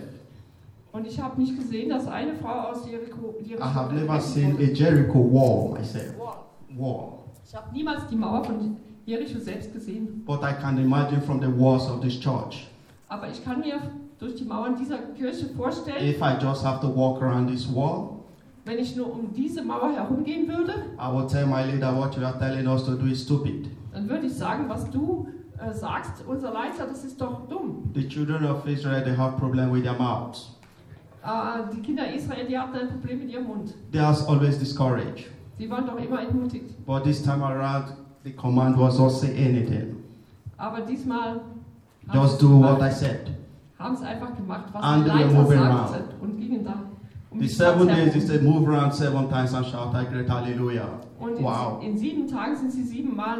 S1: Und ich habe nicht gesehen, dass eine Frau aus Jericho. Jericho
S2: I have never
S1: ergriffen
S2: seen
S1: wurde.
S2: a Jericho wall myself.
S1: Wow.
S2: Wall.
S1: Ich habe niemals die Mauer von Jericho selbst gesehen.
S2: But I can imagine from the walls of this church.
S1: Aber ich kann mir durch die Mauern dieser Kirche vorstellen,
S2: If I just have to walk around this wall,
S1: wenn ich nur um diese Mauer herumgehen würde,
S2: I will tell my leader what you are telling us to do is stupid.
S1: dann würde ich sagen, was du äh, sagst, unser Leiter, das ist doch dumm.
S2: The children of Israel they have problem with their mouths.
S1: Äh, die Kinder Israel, die hatten ein Problem mit ihrem Mund.
S2: They are always discouraged.
S1: Sie waren doch immer entmutigt.
S2: But this time around, the command was don't say anything.
S1: Aber diesmal haben
S2: Just
S1: sie
S2: do what I
S1: es
S2: said.
S1: haben sie einfach gemacht, was
S2: And
S1: der
S2: they
S1: Leiter
S2: moving
S1: sagte und gingen da. um
S2: The
S1: die Stadt
S2: seven days
S1: herum.
S2: is they move around seven times and shout a great hallelujah.
S1: Und in,
S2: Wow.
S1: in sieben Tagen sind sie siebenmal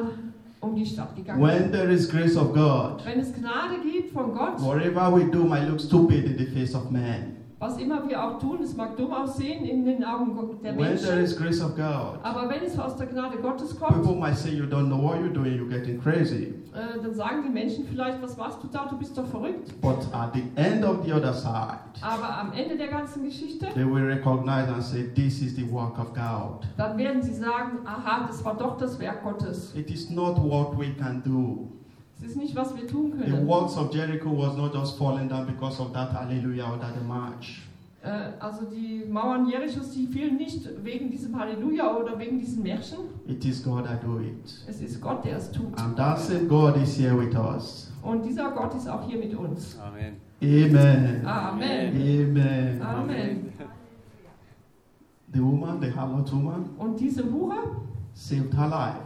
S1: um die Stadt gegangen.
S2: When there is grace of God,
S1: Wenn es Gnade gibt von Gott,
S2: whatever we do might look stupid in the face of man.
S1: was immer wir auch tun, es mag dumm aussehen in den Augen Go- der
S2: When there
S1: Menschen,
S2: is grace of God,
S1: aber wenn es aus der Gnade Gottes kommt,
S2: people might say you don't know what you're doing, you're getting crazy.
S1: äh, dann sagen die Menschen vielleicht, was machst du da, du bist doch verrückt.
S2: But at the end of the other side,
S1: Aber am Ende der ganzen Geschichte,
S2: they will recognize and say, This is the work of God.
S1: dann werden sie sagen, aha, das war doch das Werk Gottes.
S2: It is not what we can do.
S1: Es ist nicht, was wir tun
S2: The
S1: können.
S2: works of Jericho was not just falling down because of that hallelujah or that march.
S1: Äh, also die Mauern Jerichos, die fielen nicht wegen diesem Halleluja oder wegen diesen Märchen.
S2: It is God that do it.
S1: Es ist Gott, der es tut.
S2: And that same God is here with us.
S1: Und dieser Gott ist auch hier mit uns.
S3: Amen.
S2: Amen.
S1: Amen.
S2: Amen.
S1: Amen.
S2: The woman, the harlot woman,
S1: Und diese Hure,
S2: saved her life.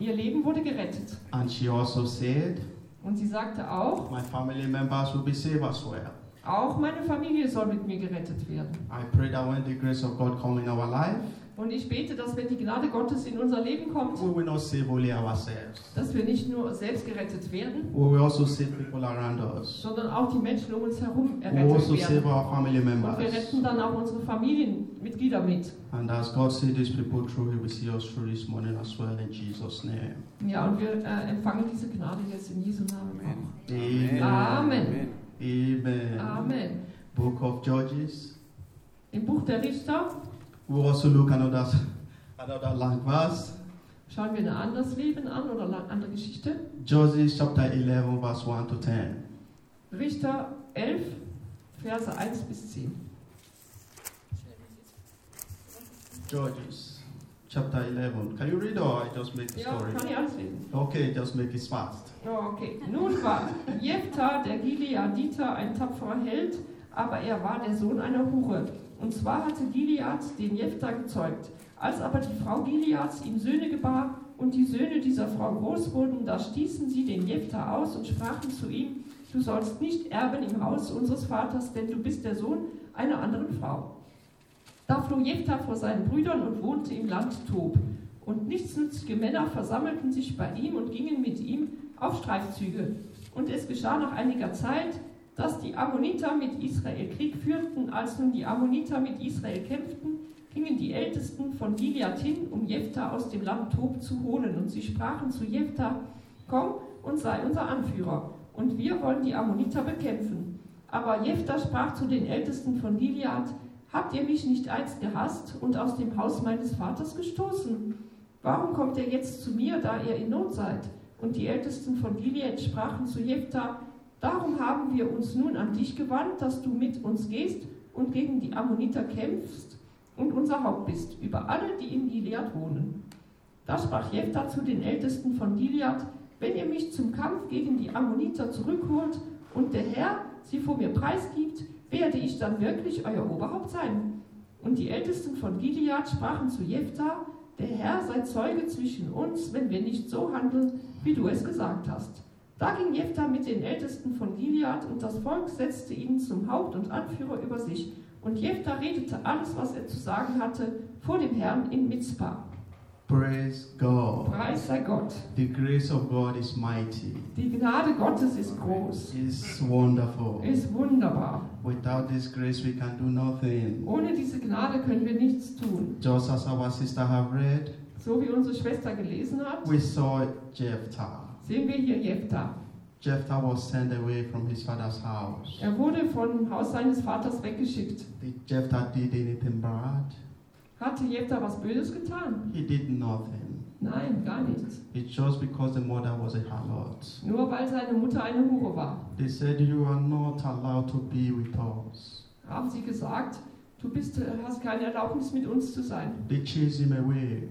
S1: ihr Leben wurde gerettet.
S2: And she also said,
S1: Und sie sagte auch,
S2: My family members will be saved as well.
S1: auch meine Familie soll mit mir gerettet werden.
S2: I pray that when the grace of God come in our life,
S1: Und ich bete, dass wenn die Gnade Gottes in unser Leben kommt,
S2: we will not save only ourselves.
S1: dass wir nicht nur selbst gerettet werden,
S2: We will also save people around us.
S1: sondern auch die Menschen um uns herum
S2: We will also
S1: errettet werden.
S2: save our family
S1: Und wir
S2: members.
S1: retten dann auch unsere Familienmitglieder mit.
S2: And as God sees these people through, He will see us through this morning as well in Jesus' name.
S1: Ja, und wir äh, empfangen diese Gnade jetzt in Jesu Namen
S2: Amen.
S3: Amen.
S1: Amen.
S2: Amen.
S1: auch. Amen.
S2: Book of Judges.
S1: Im Buch der Richter
S2: We also look another another long verse.
S1: schauen wir ein anderes Leben an oder eine andere Geschichte.
S2: Judges chapter 11, verse 1 to 10.
S1: Richter 11, Verse 1 bis 10.
S2: Judges chapter 11. Can you read or I just make the
S1: Ja,
S2: story?
S1: kann ich alles lesen.
S2: Okay, just make it fast.
S1: Ja, Okay. Nun war Jephtha, der Gileaditer, ein tapferer Held, aber er war der Sohn einer Hure. Und zwar hatte Gilead den Jephtha gezeugt. Als aber die Frau Gileads ihm Söhne gebar und die Söhne dieser Frau groß wurden, da stießen sie den Jephtha aus und sprachen zu ihm, du sollst nicht erben im Haus unseres Vaters, denn du bist der Sohn einer anderen Frau. Da floh Jephtha vor seinen Brüdern und wohnte im Land Tob. Und nichtsnützige Männer versammelten sich bei ihm und gingen mit ihm auf Streifzüge. Und es geschah nach einiger Zeit, dass die Ammoniter mit Israel Krieg führten. Als nun die Ammoniter mit Israel kämpften, gingen die Ältesten von Gilead hin, um Jephtha aus dem Land Tob zu holen. Und sie sprachen zu Jephtha, komm und sei unser Anführer, und wir wollen die Ammoniter bekämpfen. Aber Jephtha sprach zu den Ältesten von Gilead, habt ihr mich nicht einst gehasst und aus dem Haus meines Vaters gestoßen? Warum kommt ihr jetzt zu mir, da ihr in Not seid? Und die Ältesten von Gilead sprachen zu Jephtha, darum haben wir uns nun an dich gewandt, dass du mit uns gehst und gegen die Ammoniter kämpfst und unser Haupt bist, über alle, die in Gilead wohnen. Da sprach Jephtha zu den Ältesten von Gilead, wenn ihr mich zum Kampf gegen die Ammoniter zurückholt und der Herr, sie vor mir preisgibt, werde ich dann wirklich euer Oberhaupt sein? Und die Ältesten von Gilead sprachen zu Jephtha, der Herr sei Zeuge zwischen uns, wenn wir nicht so handeln, wie du es gesagt hast. Da ging Jephtha mit den Ältesten von Gilead und das Volk setzte ihn zum Haupt und Anführer über sich. Und Jephtha redete alles, was er zu sagen hatte, vor dem Herrn in Mitzpah.
S2: Praise God.
S1: Preis sei Gott.
S2: The grace of God is mighty.
S1: Die Gnade Gottes ist groß,
S2: It's wonderful.
S1: ist wunderbar.
S2: Without this grace, we can do nothing.
S1: Ohne diese Gnade können wir nichts tun.
S2: Just as our sister have read,
S1: So wie unsere Schwester gelesen hat,
S2: we saw Jephthah.
S1: sehen wir hier Jephtha.
S2: Jephthah was sent away from his father's house.
S1: Er wurde vom Haus seines Vaters weggeschickt.
S2: Did Jephthah did anything bad?
S1: Hatte Jephtha was Böses getan?
S2: He did nothing.
S1: Nein, gar nichts.
S2: It's just because the mother was a harlot.
S1: Nur weil seine Mutter eine Hure war,
S2: They said, You are not allowed to be with us.
S1: haben sie gesagt, du bist, äh, hast keine Erlaubnis mit uns zu sein.
S2: They chased him away.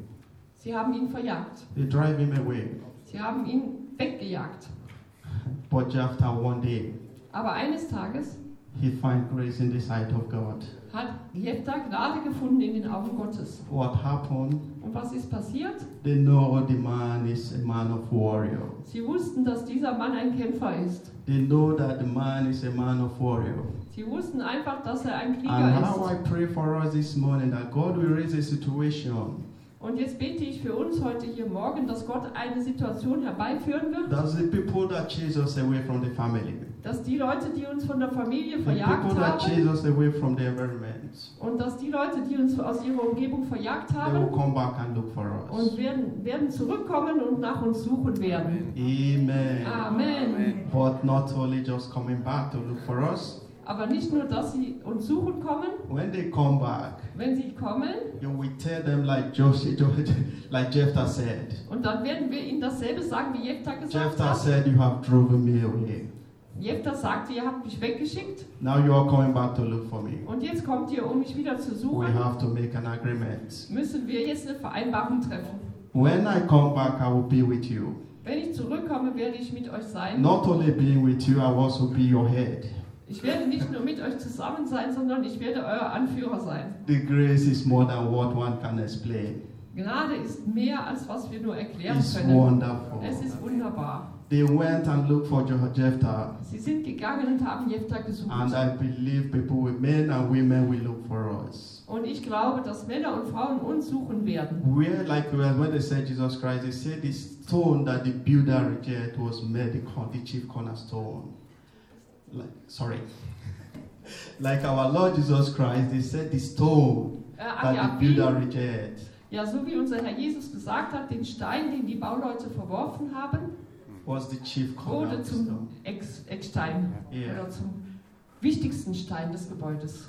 S1: Sie haben ihn verjagt.
S2: They drive him away.
S1: Sie haben ihn weggejagt.
S2: But Jephthah one day,
S1: Aber eines Tages
S2: he find grace in the sight of God.
S1: hat Jephtha Gnade gefunden in den Augen Gottes.
S2: What happened?
S1: Und was ist passiert?
S2: They know the man is a man of warrior.
S1: Sie wussten, dass dieser Mann ein Kämpfer ist.
S2: They know that the man is a man of warrior.
S1: Sie wussten einfach, dass er ein
S2: And
S1: Krieger ist.
S2: how I pray for us this morning that God will raise a situation
S1: Und jetzt bete ich für uns heute hier Morgen, dass Gott eine Situation herbeiführen wird,
S2: That's the people that chase us away from the family.
S1: dass die Leute, die uns von der Familie
S2: The people
S1: verjagt
S2: that
S1: haben,
S2: chase us away from the environment.
S1: und dass die Leute, die uns aus ihrer Umgebung verjagt
S2: They
S1: haben,
S2: will come back and look for us.
S1: und werden, werden zurückkommen und nach uns suchen werden.
S2: Amen.
S1: Amen.
S2: But not only just coming back to look for us.
S1: Aber nicht nur, dass sie uns suchen kommen,
S2: When they come back,
S1: wenn sie kommen,
S2: you will tell them like Joshua, like Jephthah said.
S1: und dann werden wir ihnen dasselbe sagen, wie Jephtha gesagt
S2: Jephthah
S1: hat.
S2: said, "You have driven me away.
S1: Jephtha sagte, ihr habt mich weggeschickt
S2: Now you are coming back to look for me.
S1: und jetzt kommt ihr, um mich wieder zu
S2: We
S1: suchen.
S2: have to make an agreement.
S1: Müssen wir jetzt eine Vereinbarung treffen.
S2: When I come back, I will be with you.
S1: Wenn ich zurückkomme, werde ich mit euch sein.
S2: Not only being with you, I will also be your head."
S1: Ich werde nicht nur mit euch zusammen sein, sondern ich werde euer Anführer sein.
S2: The grace is more than what one can explain.
S1: Gnade ist mehr, als was wir nur erklären
S2: It's
S1: können.
S2: wonderful.
S1: Es ist wunderbar.
S2: They went and looked for Je- Jephthah,
S1: Sie sind gegangen und haben Jephtha
S2: and
S1: gesucht.
S2: I believe people, will- men and women, will look for us.
S1: Und ich glaube, dass Männer und Frauen uns suchen werden.
S2: We're like well, when they said Jesus Christ, they said the stone that the builder rejected was made the, con- the chief cornerstone. Like, sorry. like our Lord Jesus Christ, they said the stone
S1: Äh, ach
S2: that
S1: ja,
S2: the
S1: wie,
S2: builder rejected.
S1: ja, so wie unser Herr Jesus gesagt hat, den Stein, den die Bauleute verworfen haben,
S2: Was the chief
S1: wurde
S2: cornerstone?
S1: zum Ex- Eckstein
S2: Yeah.
S1: oder zum wichtigsten Stein des Gebäudes.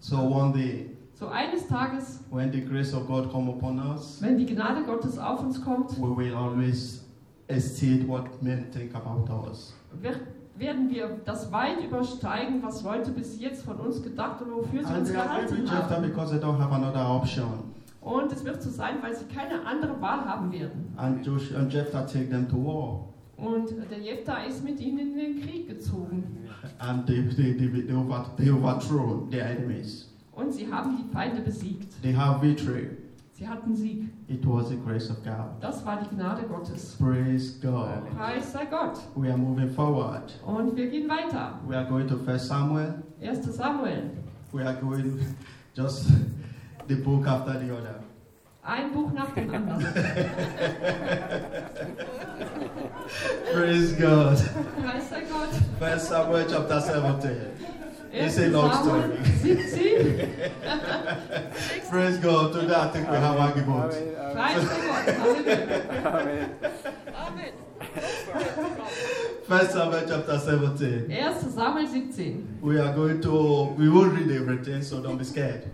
S2: So one day,
S1: So eines Tages,
S2: when the grace of God come upon us,
S1: wenn die Gnade Gottes auf uns kommt,
S2: We will always state what men think about us.
S1: wird, werden wir das weit übersteigen, was Leute bis jetzt von uns gedacht und wofür sie
S2: And
S1: uns
S2: they are very
S1: gehalten
S2: Jephthah
S1: haben.
S2: because they don't have another option.
S1: Und es wird so sein, weil sie keine andere Wahl haben werden.
S2: And, Josh, and Jephthah take them to war.
S1: Und der Jephtha ist mit ihnen in den Krieg gezogen.
S2: And they, they, they, they, over, they overthrow their enemies.
S1: Und sie haben die Feinde besiegt.
S2: They have victory.
S1: Sie hatten Sieg.
S2: It was the grace of God.
S1: Das war die Gnade Gottes.
S2: Praise God.
S1: Preis sei Gott.
S2: We are moving forward.
S1: Und wir gehen weiter.
S2: We are going to First Samuel.
S1: 1. Samuel.
S2: We are going just the book after the other.
S1: Ein Buch nach dem anderen.
S2: Praise God.
S1: Preis sei Gott.
S2: First Samuel chapter 17. It's
S1: 1.
S2: a long
S1: Samuel 17.
S2: Praise God. Today I think we have arguments.
S1: Preis sei Gott. Halleluja. Amen.
S2: First Samuel chapter 17.
S1: 1. Samuel 17.
S2: We are going to, we won't read everything, so don't be scared.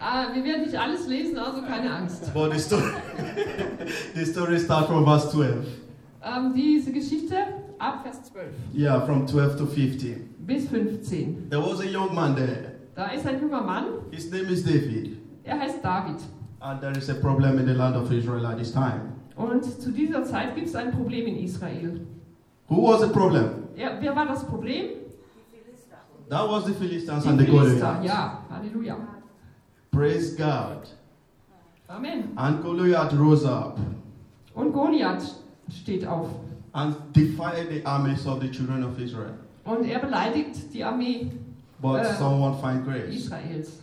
S1: Ah, wir werden nicht alles lesen, also keine Angst.
S2: But the story, the story starts from verse 12.
S1: Ähm, diese Geschichte ab Vers 12
S2: Yeah, from 12 to 15.
S1: bis 15.
S2: There was a young man there.
S1: Da ist ein junger Mann,
S2: His name is David.
S1: er heißt David.
S2: And there is a problem in the land of Israel at this time.
S1: Und zu dieser Zeit gibt es ein Problem in Israel.
S2: Who was the problem?
S1: Ja, wer war das Problem?
S2: That was the Philistines and
S1: Die
S2: the
S1: Philister,
S2: Goliath.
S1: ja, Halleluja.
S2: Praise God.
S1: Amen.
S2: And Goliath rose up
S1: Und Goliath steht auf
S2: and defied the armies of the children of Israel.
S1: und er beleidigt die Armee
S2: But
S1: Uh,
S2: someone find grace.
S1: Israels.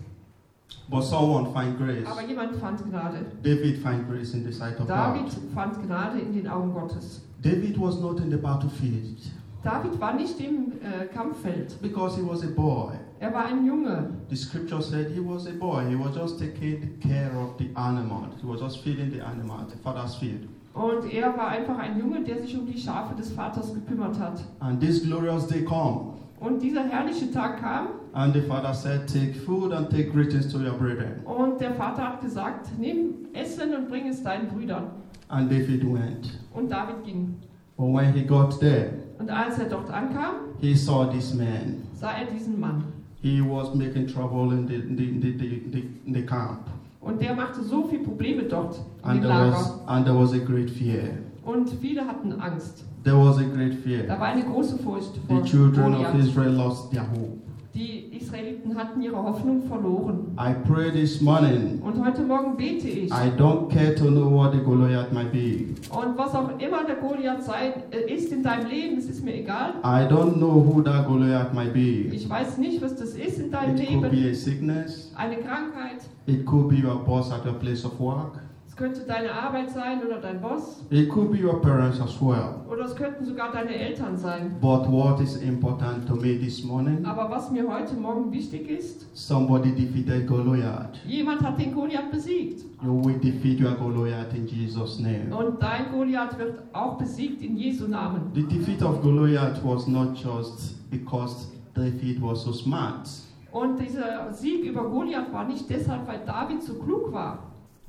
S2: But someone find grace.
S1: Aber jemand fand Gnade.
S2: David find grace in the sight of
S1: David
S2: God.
S1: fand Gnade in den Augen Gottes.
S2: David was not in the battlefield
S1: David war nicht im äh, Kampffeld.
S2: because he was a boy.
S1: Er war ein Junge.
S2: The scripture said he was a boy. He was just taking care of the animal. He was just feeding the animal, the father's field.
S1: Und er war einfach ein Junge, der sich um die Schafe des Vaters gekümmert hat.
S2: And this glorious day come.
S1: Und dieser herrliche Tag kam
S2: And the father said, Take food and take greetings to your brethren.
S1: und der Vater hat gesagt, nimm Essen und bring es deinen Brüdern.
S2: And David went.
S1: Und David ging.
S2: But when he got there,
S1: Und als er dort ankam,
S2: he saw this man.
S1: sah er diesen Mann.
S2: He was making trouble in the, in the, in the, the, the, in the camp.
S1: Und der machte so viele Probleme dort in dem
S2: And there,
S1: Lager.
S2: was, and there was a great fear.
S1: Und viele hatten Angst.
S2: There was a great fear.
S1: Da war eine große Furcht vor
S2: The children of
S1: Goliath.
S2: Israel lost their hope.
S1: Die Israeliten hatten ihre Hoffnung verloren.
S2: I pray this morning.
S1: Und heute Morgen bete ich.
S2: I don't care to know what the Goliath might be.
S1: Und was auch immer der Goliath sein äh, ist in deinem Leben, es ist mir egal.
S2: I don't know who that Goliath might be.
S1: Ich weiß nicht, was das ist in deinem
S2: It could
S1: Leben.
S2: be a sickness.
S1: Eine Krankheit.
S2: It could be your boss at your place of work.
S1: Es könnte deine Arbeit sein oder dein Boss.
S2: It could be your parents as well.
S1: Oder es könnten sogar deine Eltern sein.
S2: But what is important to me this morning?
S1: Aber was mir heute Morgen wichtig ist,
S2: Somebody defeated Goliath.
S1: jemand hat den Goliath besiegt.
S2: You will defeat your Goliath in Jesus' name.
S1: Und dein Goliath wird auch besiegt in Jesu Namen.
S2: The defeat of Goliath was not just because David was so smart.
S1: Und dieser Sieg über Goliath war nicht deshalb, weil David so klug war.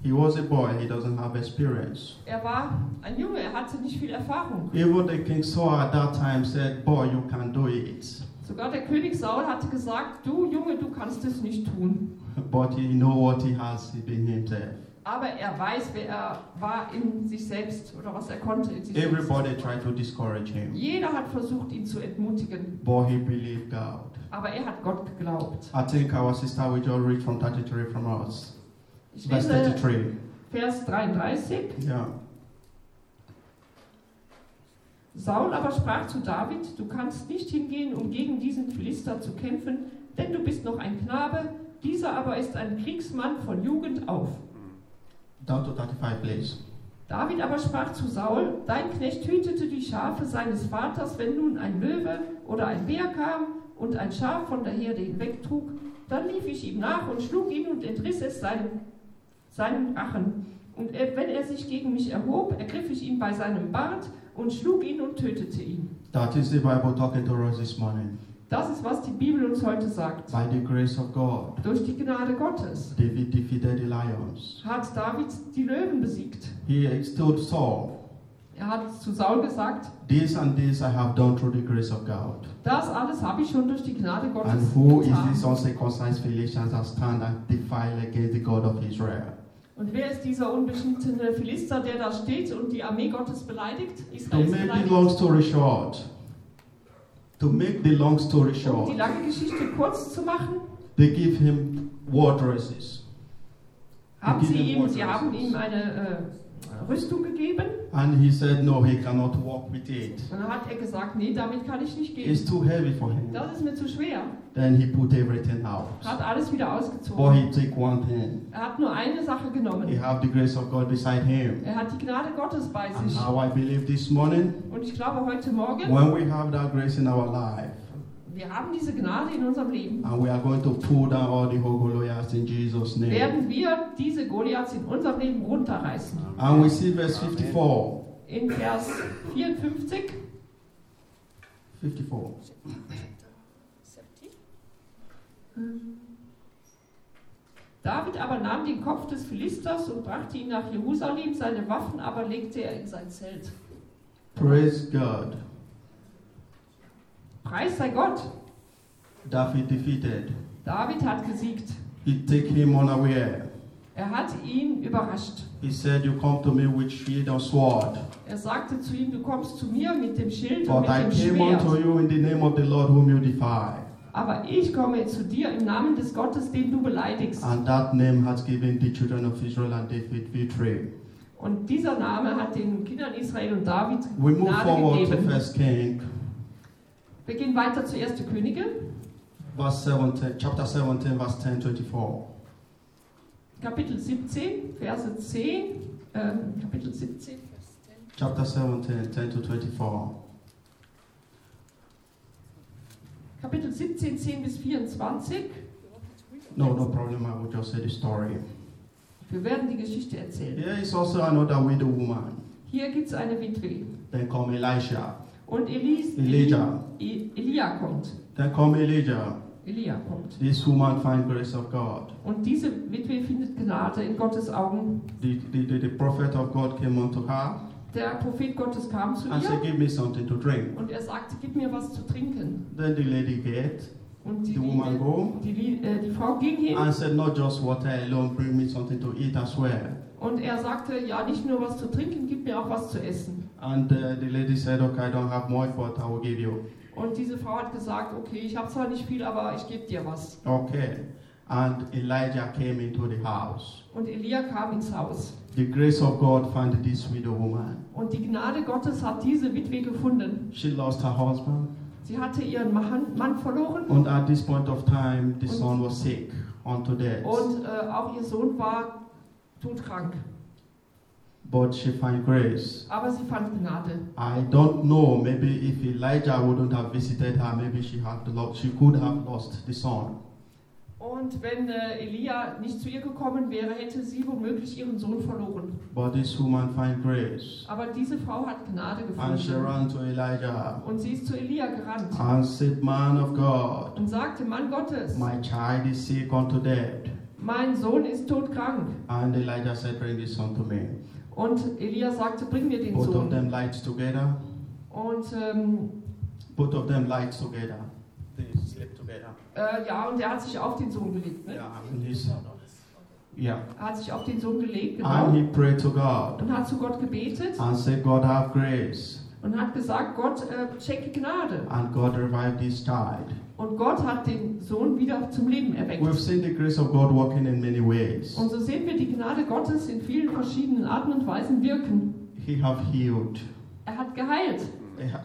S2: He was a boy, he doesn't have experience.
S1: Er war ein Junge, er hatte nicht viel Erfahrung.
S2: Even the king Saul at that time said, Boy, you can do it.
S1: Sogar der König Saul hatte gesagt, du Junge, du kannst es nicht tun.
S2: But he know what he has within himself.
S1: Aber er weiß, wer er war in sich selbst oder was er konnte in sich selbst.
S2: Everybody tried to discourage him,
S1: Jeder hat versucht, ihn zu entmutigen,
S2: but he believed God.
S1: aber er hat Gott geglaubt.
S2: I think our sister will just read from 33 from us.
S1: Ich
S2: Verse
S1: lese
S2: 33.
S1: Vers 33.
S2: Yeah.
S1: Saul aber sprach zu David, du kannst nicht hingehen, um gegen diesen Philister zu kämpfen, denn du bist noch ein Knabe, dieser aber ist ein Kriegsmann von Jugend auf.
S2: Down to 35, please.
S1: David aber sprach zu Saul, dein Knecht hütete die Schafe seines Vaters, wenn nun ein Löwe oder ein Bär kam und ein Schaf von der Herde hinwegtrug, dann lief ich ihm nach und schlug ihn und entriss es seinen, seinen Rachen. Und er, wenn er sich gegen mich erhob, ergriff ich ihn bei seinem Bart und schlug ihn und tötete ihn.
S2: That is the Bible talking to us this morning.
S1: Das ist, was die Bibel uns heute sagt.
S2: By the grace of God,
S1: Durch die Gnade Gottes
S2: David defeated the lions.
S1: hat David die Löwen besiegt.
S2: He told Saul,
S1: Er hat zu Saul gesagt,
S2: This and this I have done through the grace of God.
S1: das alles habe ich schon durch die Gnade Gottes
S2: And who is
S1: getan.
S2: this uncircumcised Philistines that stand and defile against the God of Israel?
S1: Und wer ist dieser unbeschnittene Philister, der da steht und die Armee Gottes beleidigt?
S2: To
S1: Israels
S2: make the
S1: beleidigt.
S2: long story short, to make the long story
S1: Um die
S2: short,
S1: lange Geschichte kurz zu machen,
S2: they give him war dresses
S1: haben
S2: Die
S1: sie
S2: geben
S1: ihm,
S2: Wort
S1: sie
S2: Gottes.
S1: haben ihm eine äh, Rüstung gegeben
S2: and he said no he cannot walk with it.
S1: und dann hat er gesagt, nee, damit kann ich nicht gehen.
S2: It's too heavy for him.
S1: Das ist mir zu schwer.
S2: Then he put everything out.
S1: Hat alles wieder
S2: But
S1: ausgezogen.
S2: he take one thing.
S1: Er hat nur eine Sache
S2: He
S1: genommen.
S2: have the grace of God beside him.
S1: Er hat die Gnade Gottes bei
S2: And
S1: sich.
S2: now I believe this morning,
S1: Und ich glaube, heute Morgen,
S2: when we have that grace in our life,
S1: wir haben diese Gnade in unserem Leben.
S2: and we are going to pull down all the whole Goliaths in Jesus' name.
S1: Werden wir diese Goliaths in unserem Leben runterreißen.
S2: And we see verse 54.
S1: In Vers 54
S2: 54.
S1: David aber nahm den Kopf des Philisters und brachte ihn nach Jerusalem, seine Waffen aber legte er in sein Zelt.
S2: Praise God.
S1: Preis sei Gott,
S2: David defeated.
S1: David hat gesiegt.
S2: He take him unaware.
S1: Er hat ihn überrascht.
S2: He said, You come to me with shield and sword,
S1: Er sagte zu ihm, du kommst zu mir mit dem Schild und
S2: but
S1: mit
S2: I
S1: dem
S2: came unto
S1: Schwert.
S2: you in the name of the Lord whom you defy.
S1: aber ich komme zu dir im Namen des Gottes, den du beleidigst.
S2: And that name has given the children of Israel and David victory.
S1: Und dieser Name hat den Kindern Israel und David
S2: We move
S1: Gnade
S2: forward to
S1: gegeben.
S2: First King,
S1: Wir gehen weiter zu 1. Könige,
S2: verse 17, chapter 17, verse 10, 24.
S1: Kapitel 17, Verse 10. Ähm, Kapitel 17, Vers 10.
S2: Chapter 17, 10 to 24.
S1: Kapitel 17, 10 bis 24.
S2: No, no problem. I will just say the story.
S1: Wir werden die Geschichte erzählen.
S2: Here is also another widow woman.
S1: Hier gibt es eine Witwe.
S2: Then come Elisha,
S1: Und Elis,
S2: Elijah.
S1: E- Elia kommt.
S2: Then come Elijah.
S1: Elia kommt.
S2: This woman finds grace of God.
S1: Und diese Witwe findet Gnade in Gottes Augen.
S2: The, the, the, the prophet of God came unto her
S1: Der Prophet Gottes kam zu
S2: and said,
S1: ihr
S2: "Give me something to drink."
S1: und er sagte, gib mir was zu trinken.
S2: Then the lady get
S1: Und die,
S2: the woman
S1: Liebe-
S2: go
S1: die, Lie- äh, die Frau ging hin
S2: and said, "Not just water alone. Bring me something to eat as well."
S1: und er sagte, ja, nicht nur was zu trinken, gib mir auch was zu essen.
S2: And uh, the lady said, "Okay, I don't have much, but I will give you."
S1: Und diese Frau hat gesagt, okay, ich habe zwar nicht viel, aber ich gebe dir was.
S2: Okay. And Elijah came into the house.
S1: Und Elia kam ins Haus.
S2: The grace of God found this widow woman.
S1: Und die Gnade Gottes hat diese Witwe gefunden.
S2: She lost her husband,
S1: Sie hatte ihren Mann Mann verloren
S2: and at this point of time, the son was sick unto death.
S1: und äh, auch ihr Sohn war todkrank.
S2: But she found grace.
S1: Aber sie fand Gnade.
S2: I don't know. Maybe if Elijah wouldn't have visited her, maybe she had lost. She could have lost the son.
S1: Und wenn äh, Elia nicht zu ihr gekommen wäre, hätte sie womöglich ihren Sohn verloren.
S2: But this woman found grace,
S1: Aber diese Frau hat Gnade
S2: and she
S1: gefunden.
S2: ran to Elijah
S1: Und sie ist zu Elia gerannt
S2: and said, "Man of God,
S1: und sagte, Mann Gottes,
S2: my child is sick unto death."
S1: mein Sohn ist todkrank.
S2: And Elijah said, "Bring this son to me."
S1: Und Elia sagte, bring mir den
S2: Both of
S1: Sohn.
S2: them lied together.
S1: Und ähm,
S2: Both of them lied together. They slept together.
S1: äh, ja, und er hat sich auf den Sohn gelegt. Ne?
S2: Yeah, and he's- yeah.
S1: Er hat sich auf den Sohn gelegt,
S2: And
S1: genau.
S2: he prayed to God
S1: Und hat zu Gott gebetet
S2: and said, God have grace.
S1: und hat gesagt, Gott, äh, schenke Gnade.
S2: And God revived this child.
S1: Und Gott hat den Sohn wieder zum Leben
S2: We've
S1: erweckt.
S2: seen the grace of God working in many ways.
S1: Und so sehen wir die Gnade Gottes in vielen verschiedenen Arten und Weisen wirken.
S2: He have healed.
S1: Er hat geheilt,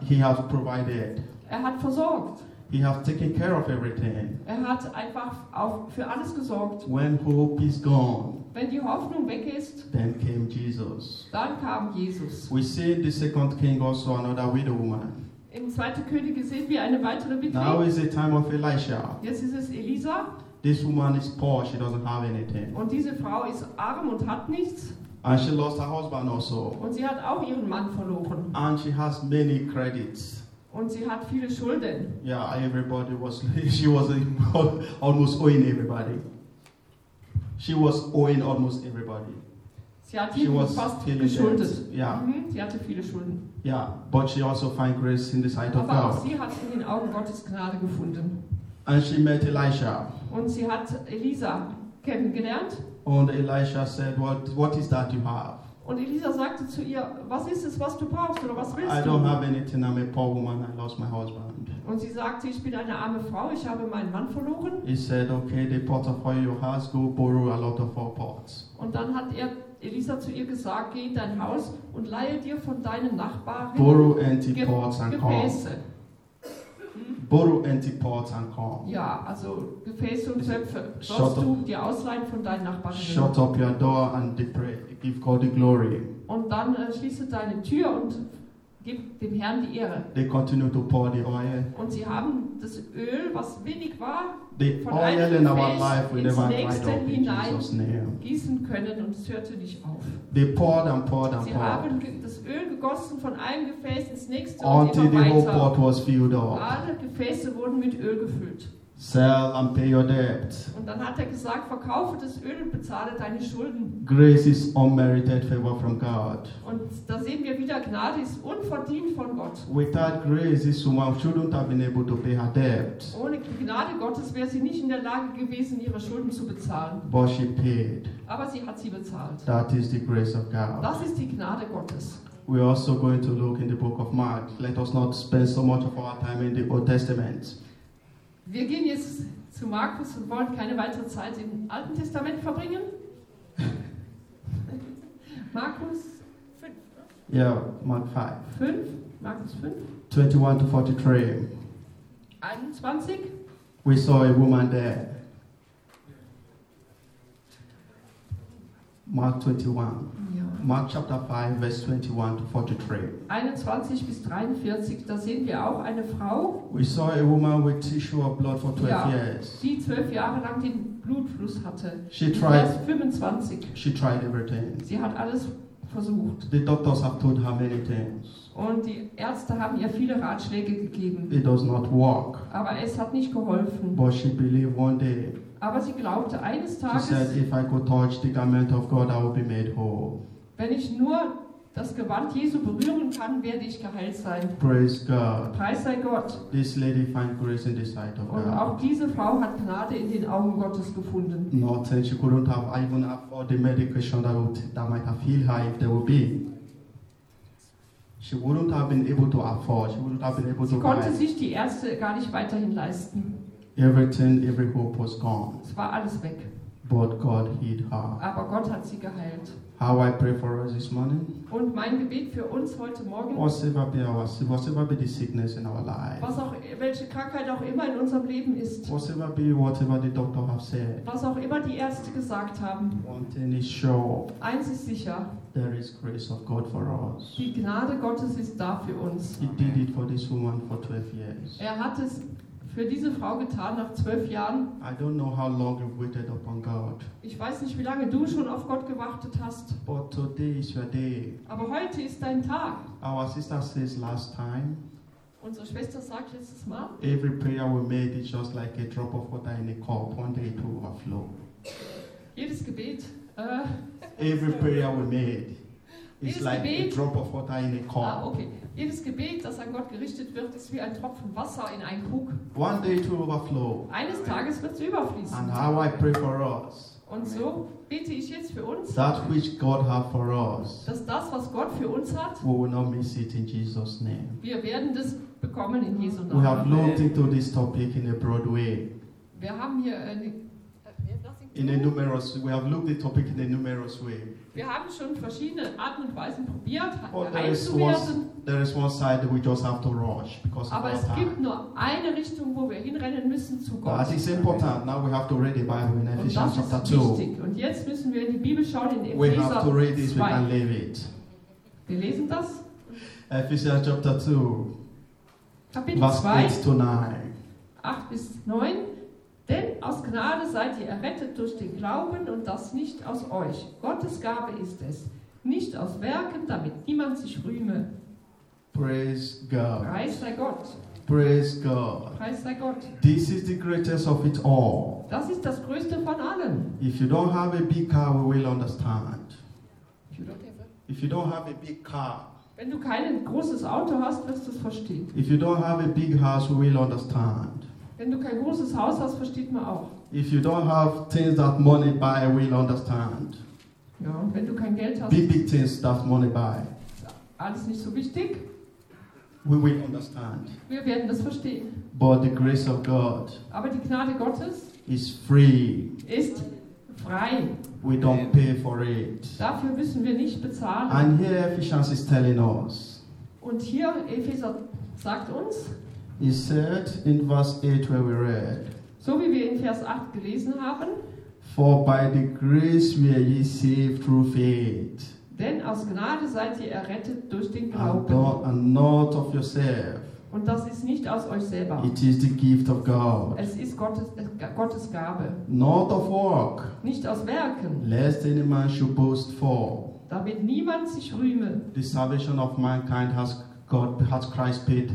S2: He have provided.
S1: er hat versorgt,
S2: He have taken care of everything.
S1: er hat einfach auf, für alles gesorgt.
S2: When hope is gone,
S1: Wenn die Hoffnung weg ist,
S2: then came Jesus.
S1: Dann kam Jesus.
S2: We see in the second king also another widow woman.
S1: Im 2. Könige sehen wir eine weitere
S2: Now
S1: Witwe.
S2: is the time of Elisha.
S1: Jetzt ist es Elisa
S2: This woman is poor, she doesn't have anything.
S1: und diese Frau ist arm und hat nichts
S2: And she lost her husband also.
S1: und sie hat auch ihren Mann verloren
S2: And she has many credits.
S1: und sie hat viele Schulden.
S2: Yeah, everybody was, she was almost owing everybody. She was owing almost everybody.
S1: Sie hat
S2: She
S1: hier
S2: was
S1: fast
S2: feeling debt.
S1: geschuldet.
S2: Yeah,
S1: Mhm, sie hatte viele Schulden.
S2: yeah. But she also found grace in the sight of
S1: Aber auch
S2: God.
S1: sie hat in den Augen Gottes Gnade gefunden.
S2: And she met Elisha.
S1: Und sie hat Elisa kennengelernt
S2: And Elisha said, What, what is that you have?
S1: und Elisa sagte zu ihr, was ist es, was du brauchst oder was
S2: I
S1: willst
S2: don't
S1: du?
S2: have anything. I'm a poor woman. I lost my husband.
S1: Und sie sagte, ich bin eine arme Frau, ich habe meinen Mann verloren.
S2: He said, Okay, the pot of oil you has, go borrow a lot of four pots.
S1: Und dann hat er Elisa zu ihr gesagt, geh in dein Haus und leihe dir von deinem Nachbarn
S2: Borrow empty
S1: Ge-
S2: pots and come.
S1: Gefäße. Hm?
S2: Borrow empty pots and come.
S1: Ja, also Gefäße und Töpfe
S2: Shut
S1: sollst
S2: up.
S1: du dir ausleihen von deinen Nachbarn.
S2: Shut up your door and de- pray. give God the glory.
S1: Und dann äh, schließe deine Tür und gib dem Herrn die Ehre.
S2: They continue to pour the oil.
S1: Und sie haben das Öl, was wenig war,
S2: The
S1: Von
S2: oil
S1: einem
S2: in our
S1: Gefäß
S2: life will
S1: ins
S2: never dried
S1: nächste
S2: up in
S1: hinein.
S2: Jesus' name.
S1: gießen können und es hörte nicht auf.
S2: They poured and poured and
S1: Sie
S2: poured
S1: haben ge- das Öl gegossen von einem Gefäß ins nächste und
S2: until
S1: immer
S2: the whole
S1: weiter.
S2: pot was filled up.
S1: Alle Gefäße wurden mit Öl gefüllt.
S2: Sell and pay your debt.
S1: Und dann hat er gesagt, verkaufe das Öl und bezahle deine Schulden.
S2: Grace is unmerited favor from God.
S1: Und da sehen wir wieder, Gnade ist unverdient von Gott.
S2: Without grace, this woman shouldn't have been able to pay her debt,
S1: Ohne die Gnade Gottes wäre sie nicht in der Lage gewesen, ihre Schulden zu bezahlen.
S2: but she paid.
S1: Aber sie hat sie bezahlt.
S2: That is the grace of God.
S1: Das ist die Gnade Gottes.
S2: We're also going to look in the book of Mark. Let us not spend so much of our time in the Old Testament.
S1: Wir gehen jetzt zu Markus und wollen keine weitere Zeit im Alten Testament verbringen. Markus
S2: Yeah, Mark 5,
S1: 5, Markus 5,
S2: 21 to 43.
S1: 21.
S2: We saw a woman there. Mark 21. Mark chapter 5, verse 21 to 43.
S1: 21 bis 43, da sehen wir auch eine Frau,
S2: We saw a woman with tissue of blood for 12
S1: Yeah.
S2: years.
S1: die zwölf Jahre lang den Blutfluss hatte.
S2: She tried,
S1: Vers 25.
S2: she tried everything.
S1: Sie hat alles versucht.
S2: The doctors have told her many things.
S1: Und die Ärzte haben ihr viele Ratschläge gegeben.
S2: It does not work.
S1: Aber es hat nicht geholfen.
S2: But she believed one day.
S1: Aber sie glaubte eines
S2: She
S1: Tages,
S2: said, If I could touch the garment of God, I will be made whole.
S1: wenn ich nur das Gewand Jesu berühren kann, werde ich geheilt sein.
S2: Praise God.
S1: Preis sei Gott.
S2: This lady found grace in the sight of
S1: Und
S2: God.
S1: auch diese Frau hat Gnade in den Augen Gottes gefunden.
S2: Nothing. She couldn't have even afford the medication that would that might have healed her if there would be. She wouldn't have been able to afford. She wouldn't have been able
S1: Sie
S2: to
S1: konnte
S2: buy.
S1: sich die Ärzte gar nicht weiterhin leisten.
S2: Everything, every hope was gone.
S1: Es war alles weg.
S2: But God healed her.
S1: Aber Gott hat sie geheilt.
S2: How I pray for us this morning.
S1: Und mein Gebet für uns heute Morgen,
S2: Whatever be our whatever be the sickness in our life.
S1: was auch, welche Krankheit auch immer in unserem Leben ist,
S2: Whatever be whatever the doctor have said.
S1: was auch immer die Ärzte gesagt haben,
S2: One thing is sure.
S1: eins ist sicher,
S2: There is grace of God for us.
S1: die Gnade Gottes ist da für uns.
S2: He did it for this woman for 12 years.
S1: Er hat es für diese Frau getan nach zwölf Jahren.
S2: I don't know how long you've waited upon God,
S1: Ich weiß nicht, wie lange du schon auf Gott gewartet hast,
S2: but today is your day.
S1: aber heute ist dein Tag.
S2: Our sister says last time,
S1: Unsere Schwester sagt letztes Mal,
S2: every prayer we made is just like a drop of water in a cup. One day it will overflow.
S1: jedes Gebet, äh,
S2: Every prayer we made is
S1: Is
S2: like a
S1: big.
S2: drop of water in a
S1: ah,
S2: cup.
S1: okay, jedes Gebet, das an Gott gerichtet wird, ist wie ein Tropfen Wasser in einen Krug.
S2: One day it will overflow.
S1: Eines Tages wird es
S2: And
S1: überfließen.
S2: how I pray for us,
S1: Und so bete ich jetzt für uns,
S2: that which God have for us,
S1: dass das, was Gott für uns hat,
S2: we will not miss it in Jesus' name.
S1: wir werden das bekommen in Jesu
S2: We have
S1: Namen.
S2: looked into this topic in a broad way.
S1: Wir haben hier eine,
S2: In a numerous, we have looked the topic in a numerous way.
S1: wir haben schon verschiedene Arten und Weisen probiert
S2: Oh, there is one,
S1: einzuwerten,
S2: there is one side that we just have to rush because of
S1: aber
S2: our
S1: es gibt
S2: time.
S1: nur eine Richtung, wo wir hinrennen müssen zu Gott.
S2: But it's important. Now we have to read the Bible in
S1: Und
S2: Ephesians
S1: das
S2: chapter
S1: ist
S2: 2.
S1: wichtig. Und jetzt müssen wir in die Bibel schauen in
S2: We have to
S1: Epheser
S2: read this, we
S1: 2.
S2: can leave it.
S1: Wir lesen das,
S2: Ephesians chapter 2,
S1: Kapitel
S2: verse
S1: 2,
S2: 8 to 9.
S1: 8 bis 9. Denn aus Gnade seid ihr errettet durch den Glauben und das nicht aus euch. Gottes Gabe ist es. Nicht aus Werken, damit niemand sich rühme.
S2: Praise God.
S1: Preis sei Gott.
S2: Praise God.
S1: Preis sei Gott.
S2: This is the greatest of it all.
S1: Das ist das Größte von allen.
S2: If you don't have a big car, we will understand.
S1: Wenn
S2: If you don't have a big car,
S1: du kein großes Auto hast, wirst du es verstehen.
S2: if you don't have a big house, we will understand.
S1: Wenn du kein großes Haus hast, versteht man auch.
S2: If you don't have things that money buy, we'll understand.
S1: Ja, und wenn du kein Geld hast,
S2: Big, big things that money buy,
S1: alles nicht so wichtig.
S2: we will understand.
S1: Wir werden das verstehen.
S2: But the grace of God
S1: Aber die Gnade Gottes
S2: is free.
S1: ist frei.
S2: We don't pay for it.
S1: Dafür müssen wir nicht bezahlen.
S2: And here Ephesians is telling us.
S1: Und hier Epheser sagt uns,
S2: He said in verse 8 where we read,
S1: so wie wir in Vers 8 gelesen haben,
S2: For by the grace were ye saved through faith,
S1: denn aus Gnade seid ihr errettet durch den
S2: and
S1: Glauben.
S2: not, and not of yourself.
S1: Und das ist nicht aus euch selber.
S2: It is the gift of God,
S1: Es ist Gottes, äh, Gottes Gabe.
S2: not of work,
S1: Nicht aus Werken,
S2: lest any man should boast for.
S1: damit niemand sich rühme.
S2: The salvation of mankind has God has Christ paid.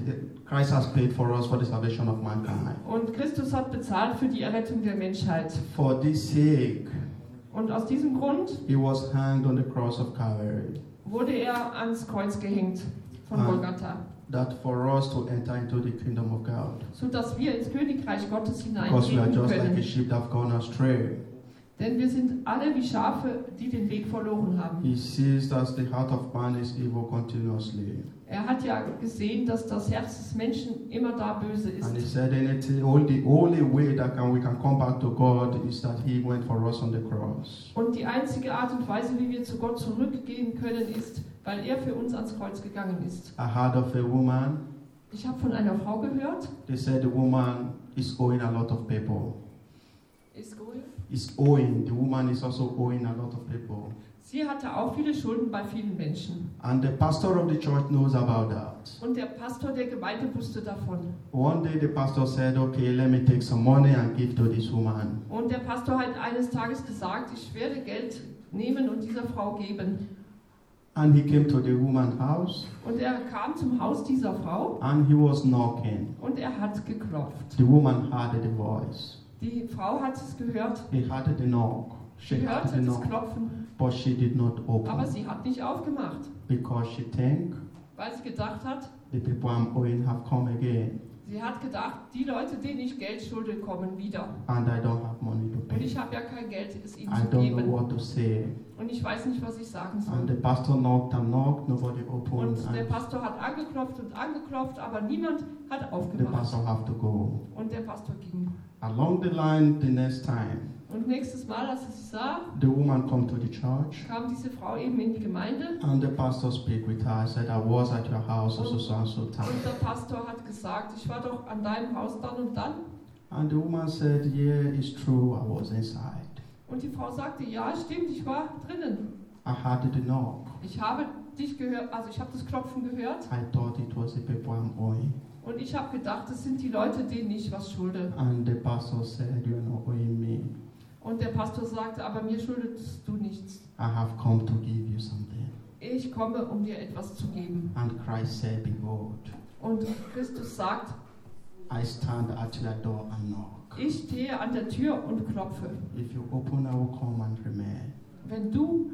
S2: Christ has paid for us for the salvation of mankind.
S1: Und Christus hat bezahlt für die Errettung der Menschheit.
S2: For this sake,
S1: Und aus diesem Grund
S2: he was hanged on the cross of Calvary,
S1: wurde er ans Kreuz gehängt von
S2: Ah.
S1: Golgatha,
S2: that for us to enter into the kingdom of God,
S1: sodass wir ins Königreich Gottes
S2: because we
S1: hineintreten
S2: are just like a
S1: können.
S2: sheep that have gone astray.
S1: Denn wir sind alle wie Schafe, die den Weg verloren haben.
S2: He sees that the heart of man is evil continuously.
S1: Er hat ja gesehen, dass das Herz des Menschen immer da böse ist.
S2: And he said, anything, all the only way that can, we can come back to God is that He went for us on the cross.
S1: Und die einzige Art und Weise, wie wir zu Gott zurückgehen können, ist, weil er für uns ans Kreuz gegangen ist.
S2: I heard of a woman,
S1: Ich habe von einer Frau gehört,
S2: they said the woman is owing a lot of people. Is owing, the woman is also owing a lot of people.
S1: sie hatte auch viele Schulden bei vielen Menschen.
S2: And the pastor of the church knows about that.
S1: Und der Pastor der Gemeinde wusste davon.
S2: One day the pastor said, okay, let me take some money and give to this woman.
S1: Und der Pastor hat eines Tages gesagt, ich werde Geld nehmen und dieser Frau geben.
S2: And he came to the woman's house
S1: Und er kam zum Haus dieser Frau
S2: and he was knocking.
S1: und er hat geklopft.
S2: The woman heard the voice.
S1: Die Frau hat es gehört,
S2: He heard the knock. She
S1: sie
S2: heard the
S1: hörte das
S2: knock,
S1: Klopfen,
S2: but she did not
S1: aber
S2: open
S1: sie hat nicht aufgemacht,
S2: because she think
S1: weil sie gedacht hat,
S2: the people I'm owing have come again
S1: sie hat gedacht, die Leute, denen ich Geld schulde, kommen wieder.
S2: and I don't have money to
S1: Und
S2: pay.
S1: ich habe ja kein Geld, es ihnen
S2: I
S1: zu
S2: don't know
S1: geben.
S2: what to say.
S1: Und ich weiß nicht, was ich sagen
S2: And
S1: soll.
S2: the pastor knocked and knocked, nobody opened,
S1: Und der
S2: and
S1: Pastor hat angeklopft und angeklopft, aber niemand hat
S2: the
S1: aufgemacht.
S2: pastor have to go.
S1: Und der Pastor ging.
S2: Along the line, the next time,
S1: Und nächstes Mal, als er sie sah,
S2: the woman come to the church
S1: kam diese Frau eben in die Gemeinde.
S2: and the pastor speak with her. I said, I was at your house also so and so time.
S1: Und der Pastor hat gesagt, ich war doch an deinem Haus dann und dann.
S2: And the woman said, yeah, it's true, I was inside.
S1: Und die Frau sagte, ja, stimmt, ich war drinnen.
S2: I heard the knock.
S1: Ich habe dich gehört, also ich habe das Klopfen gehört.
S2: I thought it was the people I'm owing.
S1: Und ich habe gedacht, das sind die Leute, denen ich was schulde.
S2: And the pastor said, You are not owing me.
S1: Und der Pastor sagte, aber mir schuldest du nichts.
S2: I have come to give you something.
S1: Ich komme, um dir etwas zu geben.
S2: And Christ said, Behold,
S1: Und Christus sagt,
S2: I stand at your door and knock.
S1: ich stehe an der Tür und klopfe.
S2: If you open, I will come and remain.
S1: Wenn du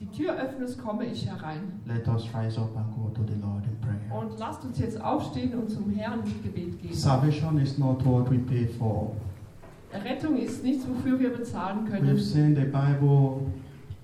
S1: die Tür öffnest, komme ich herein.
S2: Let us rise up and go to the Lord in prayer.
S1: Und lasst uns jetzt aufstehen und zum Herrn mit Gebet gehen.
S2: Salvation is not what we pay for.
S1: Rettung ist nichts, wofür wir bezahlen
S2: We've
S1: können.
S2: seen the Bible,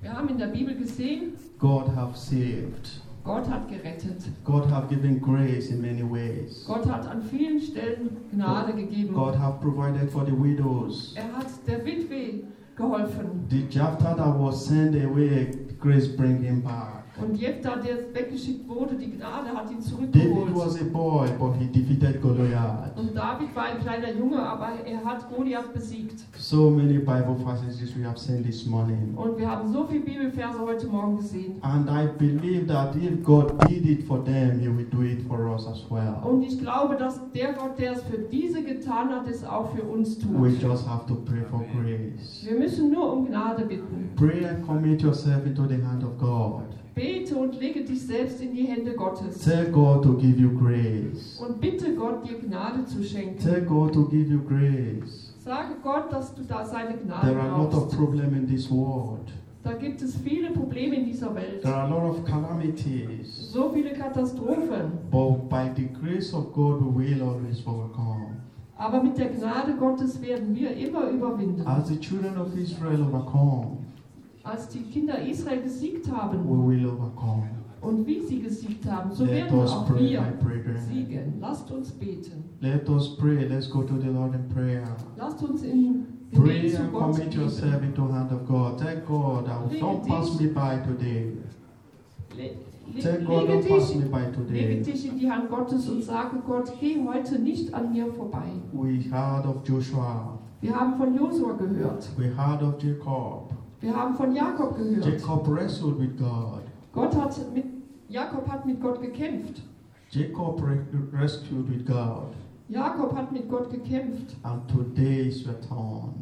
S1: Wir haben in der Bibel gesehen,
S2: God have saved.
S1: Gott hat gerettet.
S2: God have given grace in many ways.
S1: Gott hat an vielen Stellen Gnade gegeben.
S2: God have provided for the widows.
S1: Er hat der Witwe geholfen.
S2: The Jephthah that was sent away, grace bring him back.
S1: Und Jephtha, der weggeschickt wurde, die Gnade hat ihn
S2: David
S1: zurückgeholt.
S2: was a boy, but he defeated Goliath.
S1: Und David war ein kleiner Junge, aber er hat Goliath besiegt.
S2: So many Bible passages we have seen this morning.
S1: Und wir haben so viele Bibelverse heute Morgen gesehen.
S2: And I believe that if God did it for them, He will do it for us as well.
S1: Und ich glaube, dass der Gott, der es für diese getan hat, es auch für uns
S2: We
S1: tut.
S2: just have to pray for grace.
S1: Wir müssen nur um Gnade bitten.
S2: Pray and commit yourself into the hand of God.
S1: Bete und lege dich selbst in die Hände Gottes.
S2: Tell God to give you grace.
S1: Und bitte Gott, dir Gnade zu schenken.
S2: Tell God to give you grace.
S1: Sage Gott, dass du da seine Gnade
S2: There are a lot of
S1: brauchst.
S2: problems in this world.
S1: Da gibt es viele Probleme in dieser Welt.
S2: There are a lot of calamities.
S1: So viele Katastrophen.
S2: But by the grace of God, we will always overcome.
S1: Aber mit der Gnade Gottes werden wir immer überwinden.
S2: As the children of Israel overcome,
S1: Als die Kinder Israel gesiegt
S2: we
S1: haben
S2: will overcome.
S1: und wie sie gesiegt haben, so
S2: Let
S1: werden
S2: us
S1: auch
S2: pray, my
S1: wir
S2: brethren.
S1: siegen. Lasst uns beten.
S2: Let us pray. Let's go to the Lord in prayer.
S1: Lasst uns in
S2: Pray
S1: Gebet zu
S2: and
S1: Gott
S2: commit
S1: gehen.
S2: yourself into the hand of God. Thank God, I will- don't pass me by today.
S1: Le le
S2: Thank God, don't
S1: lege
S2: pass
S1: dich
S2: me by
S1: Lege
S2: today.
S1: dich in die Hand Gottes und sage Gott, geh heute nicht an mir vorbei.
S2: We heard of Joshua.
S1: Wir haben von Josua gehört.
S2: We heard of Jacob.
S1: Wir haben von Jakob gehört.
S2: Jacob wrestled with God.
S1: Gott hat mit, Jakob hat mit Gott gekämpft.
S2: Jacob re- rescued with God.
S1: Jakob hat mit Gott gekämpft.
S2: And today is your turn.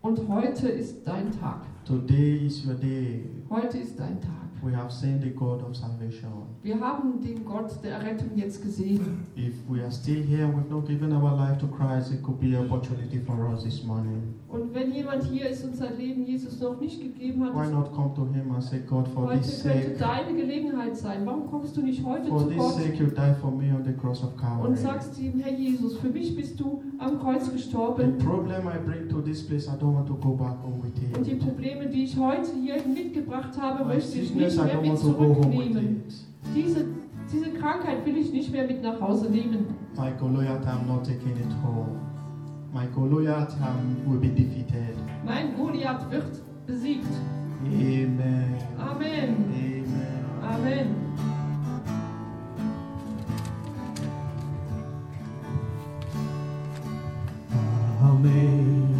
S1: Und heute ist dein Tag.
S2: Today is your day.
S1: Heute ist dein Tag.
S2: We have seen the God of salvation.
S1: Wir haben den Gott der Errettung jetzt gesehen.
S2: If we are still here, we've not given our life to Christ, it could be an opportunity for us this morning.
S1: Und wenn jemand hier ist und sein Leben Jesus noch nicht gegeben
S2: Why
S1: hat,
S2: not come to Him and say, God, for
S1: heute
S2: this sake,
S1: könnte deine Gelegenheit sein. Warum kommst du nicht heute
S2: for
S1: zu
S2: this
S1: Gott
S2: sake you died for me on the cross of Calvary.
S1: und sagst ihm, Herr Jesus, für mich bist du am Kreuz
S2: The
S1: gestorben
S2: problem I bring to this place, I don't want to go back home with
S1: und die
S2: it.
S1: Probleme, die ich heute hier mitgebracht habe,
S2: My
S1: möchte ich nicht
S2: sickness, I
S1: mehr
S2: don't
S1: mit
S2: want to go home
S1: zurücknehmen.
S2: with it.
S1: Diese, diese Krankheit will ich nicht mehr mit nach Hause nehmen.
S2: My Goliath, I'm not taking it home. My Goliath um, will be defeated.
S1: Mein Goliath wird besiegt.
S2: Amen.
S1: Amen.
S2: Amen.
S1: Amen.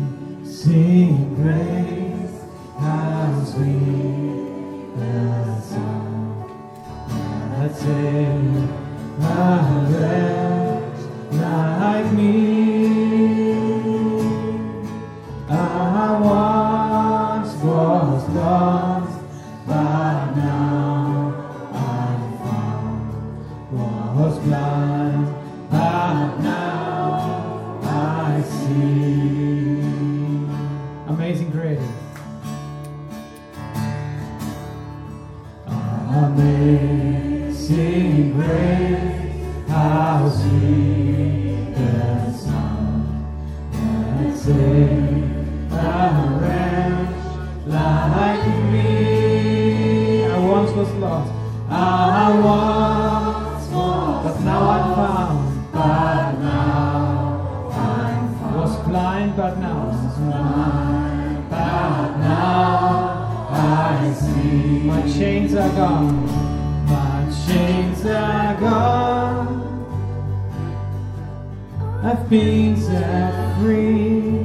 S3: Amazing grace, how sweet the sound that saved a wretch like me. I once was lost, but now I'm found. Was blind, but now I see. Amazing grace. Amazing grace, how sweet the sound that saved a wretch like me. I once was lost. I once was, but now I'm found. But now I'm found. Was blind, but now was blind, but now I see. My chains are gone. My chains are gone. I've been set free.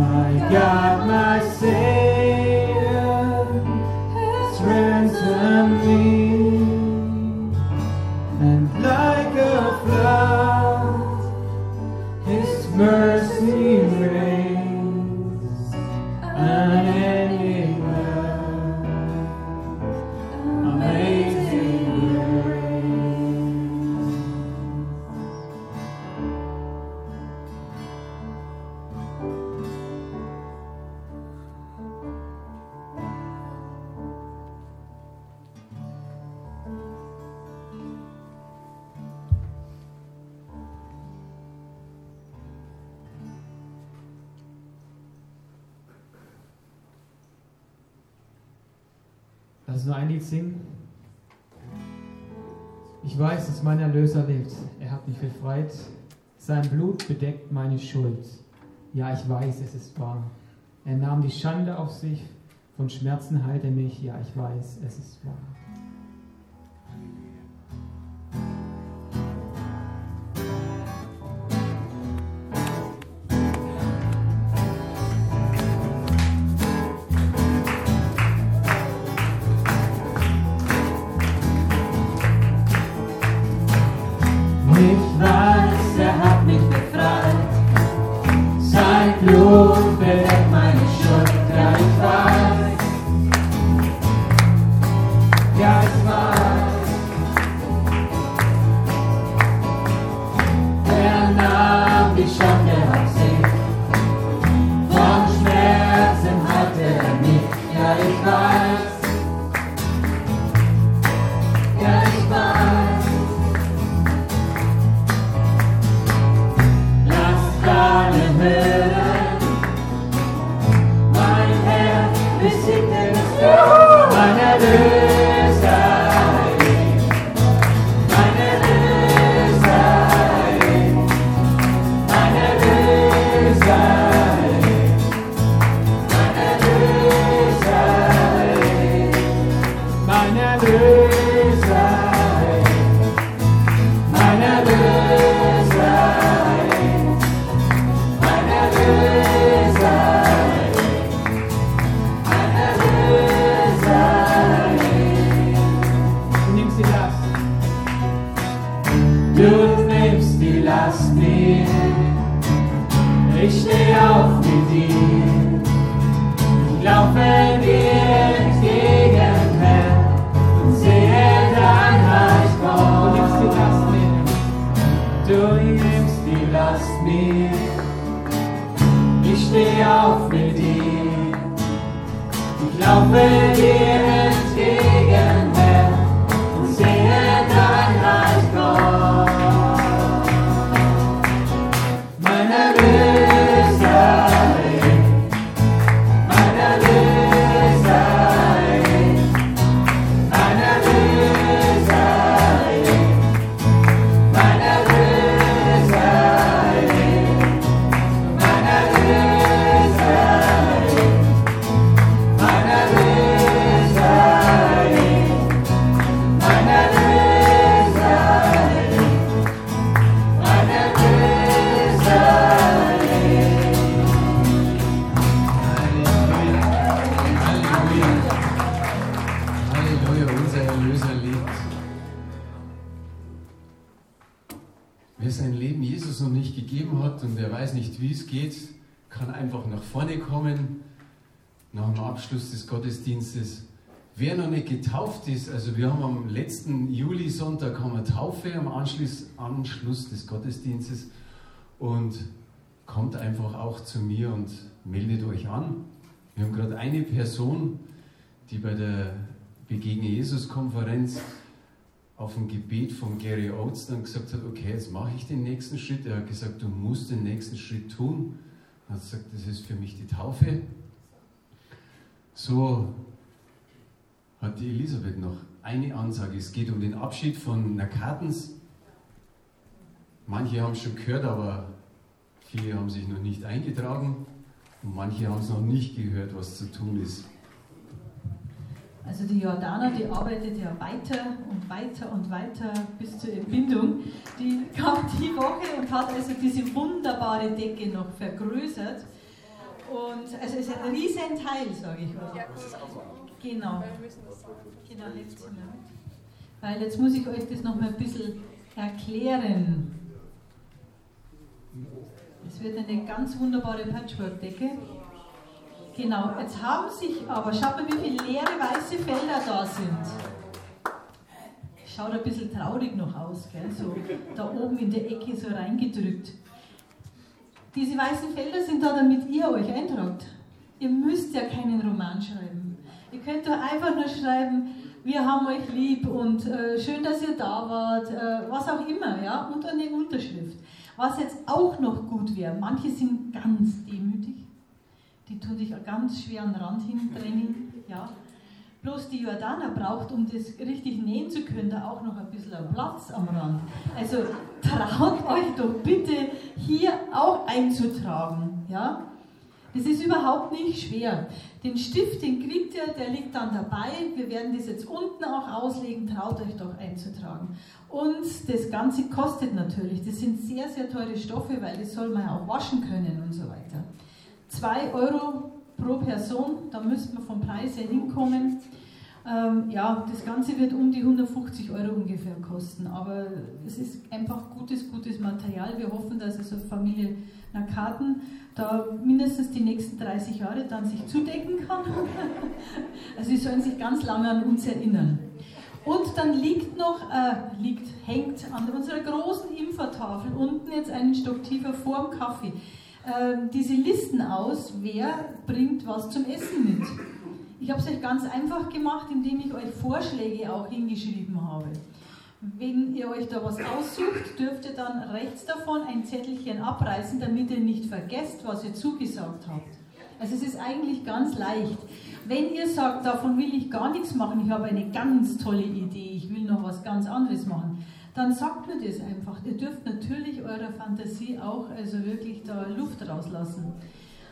S3: My God, my Savior, has ransomed me. And like a flood, His mercy rains unending love. Amazing grace. Lass uns noch ein Lied singen. Ich weiß, dass mein Erlöser lebt. Er hat mich befreit. Sein Blut bedeckt meine Schuld. Ja, ich weiß, es ist wahr. Er nahm die Schande auf sich. Von Schmerzen heilt er mich. Ja, ich weiß, es ist wahr. Ich weiß, er hat mich befreit. Sein Blut bedeckt meine Schuld. Ja, ich weiß. Ja, ich weiß. Er nahm die Schande auf sich. Vom Schmerzen hatte er mich. Ja, ich weiß. Ja, ich weiß. Lasst alle hören, mein Herr besiegt den Tod. Mein Erlöser lebt. Mein Erlöser lebt. Mein Erlöser lebt. Mein Erlöser lebt.
S4: laufe dir entgegen, Herr, und sehe dein Reich kommen. Du nimmst die Last mir, ich stehe auf mit dir. Ich laufe dir entgegen, Herr, und sehe dein Reich kommen. Mein Erlöser lebt, mein Erlöser lebt, mein Erlöser lebt, mein Erlöser lebt, mein Erlöser lebt, mein Erlöser lebt, mein Erlöser lebt. Mein Erlöser lebt.
S5: Halleluja. Halleluja. Halleluja, unser Erlöser lebt. Wer sein Leben Jesus noch nicht gegeben hat und der weiß nicht, wie es geht, kann einfach nach vorne kommen, nach dem Abschluss des Gottesdienstes. Wer noch nicht getauft ist, also wir haben am letzten Juli-Sonntag haben wir Taufe am Anschluss, Anschluss des Gottesdienstes und kommt einfach auch zu mir und meldet euch an. Wir haben gerade eine Person, die bei der Begegne Jesus-Konferenz auf ein Gebet von Gary Oates dann gesagt hat, okay, jetzt mache ich den nächsten Schritt. Er hat gesagt, du musst den nächsten Schritt tun. Er hat gesagt, das ist für mich die Taufe. So hat die Elisabeth noch eine Ansage. Es geht um den Abschied von Nakatens. Manche haben es schon gehört, aber Viele haben sich noch nicht eingetragen und manche haben es noch nicht gehört, was zu tun ist.
S6: Also die Jordaner, die arbeitet ja weiter und weiter und weiter bis zur Entbindung. Die kam die Woche und hat also diese wunderbare Decke noch vergrößert. Und also es ist ein riesen Teil, sage ich mal. Genau. Genau, hebt sie mal. Weil jetzt muss ich euch das nochmal ein bisschen erklären. Es wird eine ganz wunderbare Patchwork-Decke. Genau, jetzt haben sich aber, schaut mal, wie viele leere weiße Felder da sind. Schaut ein bisschen traurig noch aus, gell? so da oben in der Ecke so reingedrückt. Diese weißen Felder sind da, damit ihr euch eintragt. Ihr müsst ja keinen Roman schreiben. Ihr könnt doch einfach nur schreiben, wir haben euch lieb und äh, schön, dass ihr da wart, äh, was auch immer, ja, und eine Unterschrift. Was jetzt auch noch gut wäre, manche sind ganz demütig, die tun dich ganz schwer an den Rand hindrängen, ja. Bloß die Jordana braucht, um das richtig nähen zu können, da auch noch ein bisschen einen Platz am Rand. Also traut euch doch bitte, hier auch einzutragen, ja. Das ist überhaupt nicht schwer. Den Stift, den kriegt ihr, der liegt dann dabei. Wir werden das jetzt unten auch auslegen. Traut euch doch einzutragen. Und das Ganze kostet natürlich. Das sind sehr, sehr teure Stoffe, weil das soll man ja auch waschen können und so weiter. 2 Euro pro Person, da müsste man vom Preis her hinkommen. Ähm, ja, das Ganze wird um die 150 Euro ungefähr kosten, aber es ist einfach gutes, gutes Material. Wir hoffen, dass es also Familie Nakaten da mindestens die nächsten 30 Jahre dann sich zudecken kann. also sie sollen sich ganz lange an uns erinnern. Und dann liegt noch, äh, liegt, hängt an unserer großen Infertafel unten jetzt einen Stock tiefer vor dem Kaffee ähm, diese Listen aus, wer bringt was zum Essen mit. Ich habe es euch ganz einfach gemacht, indem ich euch Vorschläge auch hingeschrieben habe. Wenn ihr euch da was aussucht, dürft ihr dann rechts davon ein Zettelchen abreißen, damit ihr nicht vergesst, was ihr zugesagt habt. Also es ist eigentlich ganz leicht. Wenn ihr sagt, davon will ich gar nichts machen, ich habe eine ganz tolle Idee, ich will noch was ganz anderes machen, dann sagt mir das einfach. Ihr dürft natürlich eurer Fantasie auch also wirklich da Luft rauslassen.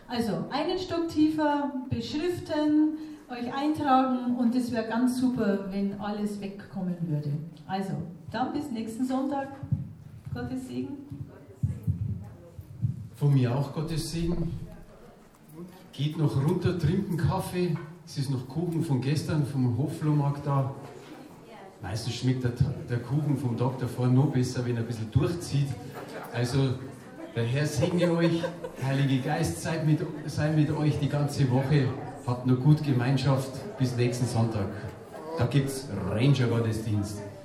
S6: Also einen Stock tiefer beschriften, euch eintragen und es wäre ganz super, wenn alles wegkommen würde. Also, dann bis nächsten Sonntag. Gottes Segen.
S5: Von mir auch Gottes Segen. Geht noch runter, trinkt einen Kaffee. Es ist noch Kuchen von gestern vom Hoflohmarkt da. Meistens schmeckt der, Ta- der Kuchen vom Tag davor noch besser, wenn er ein bisschen durchzieht. Also, der Herr segne euch. Heiliger Geist, seid mit, sei mit euch die ganze Woche. Habt nur gut Gemeinschaft. Bis nächsten Sonntag. Da gibt's Ranger-Gottesdienst.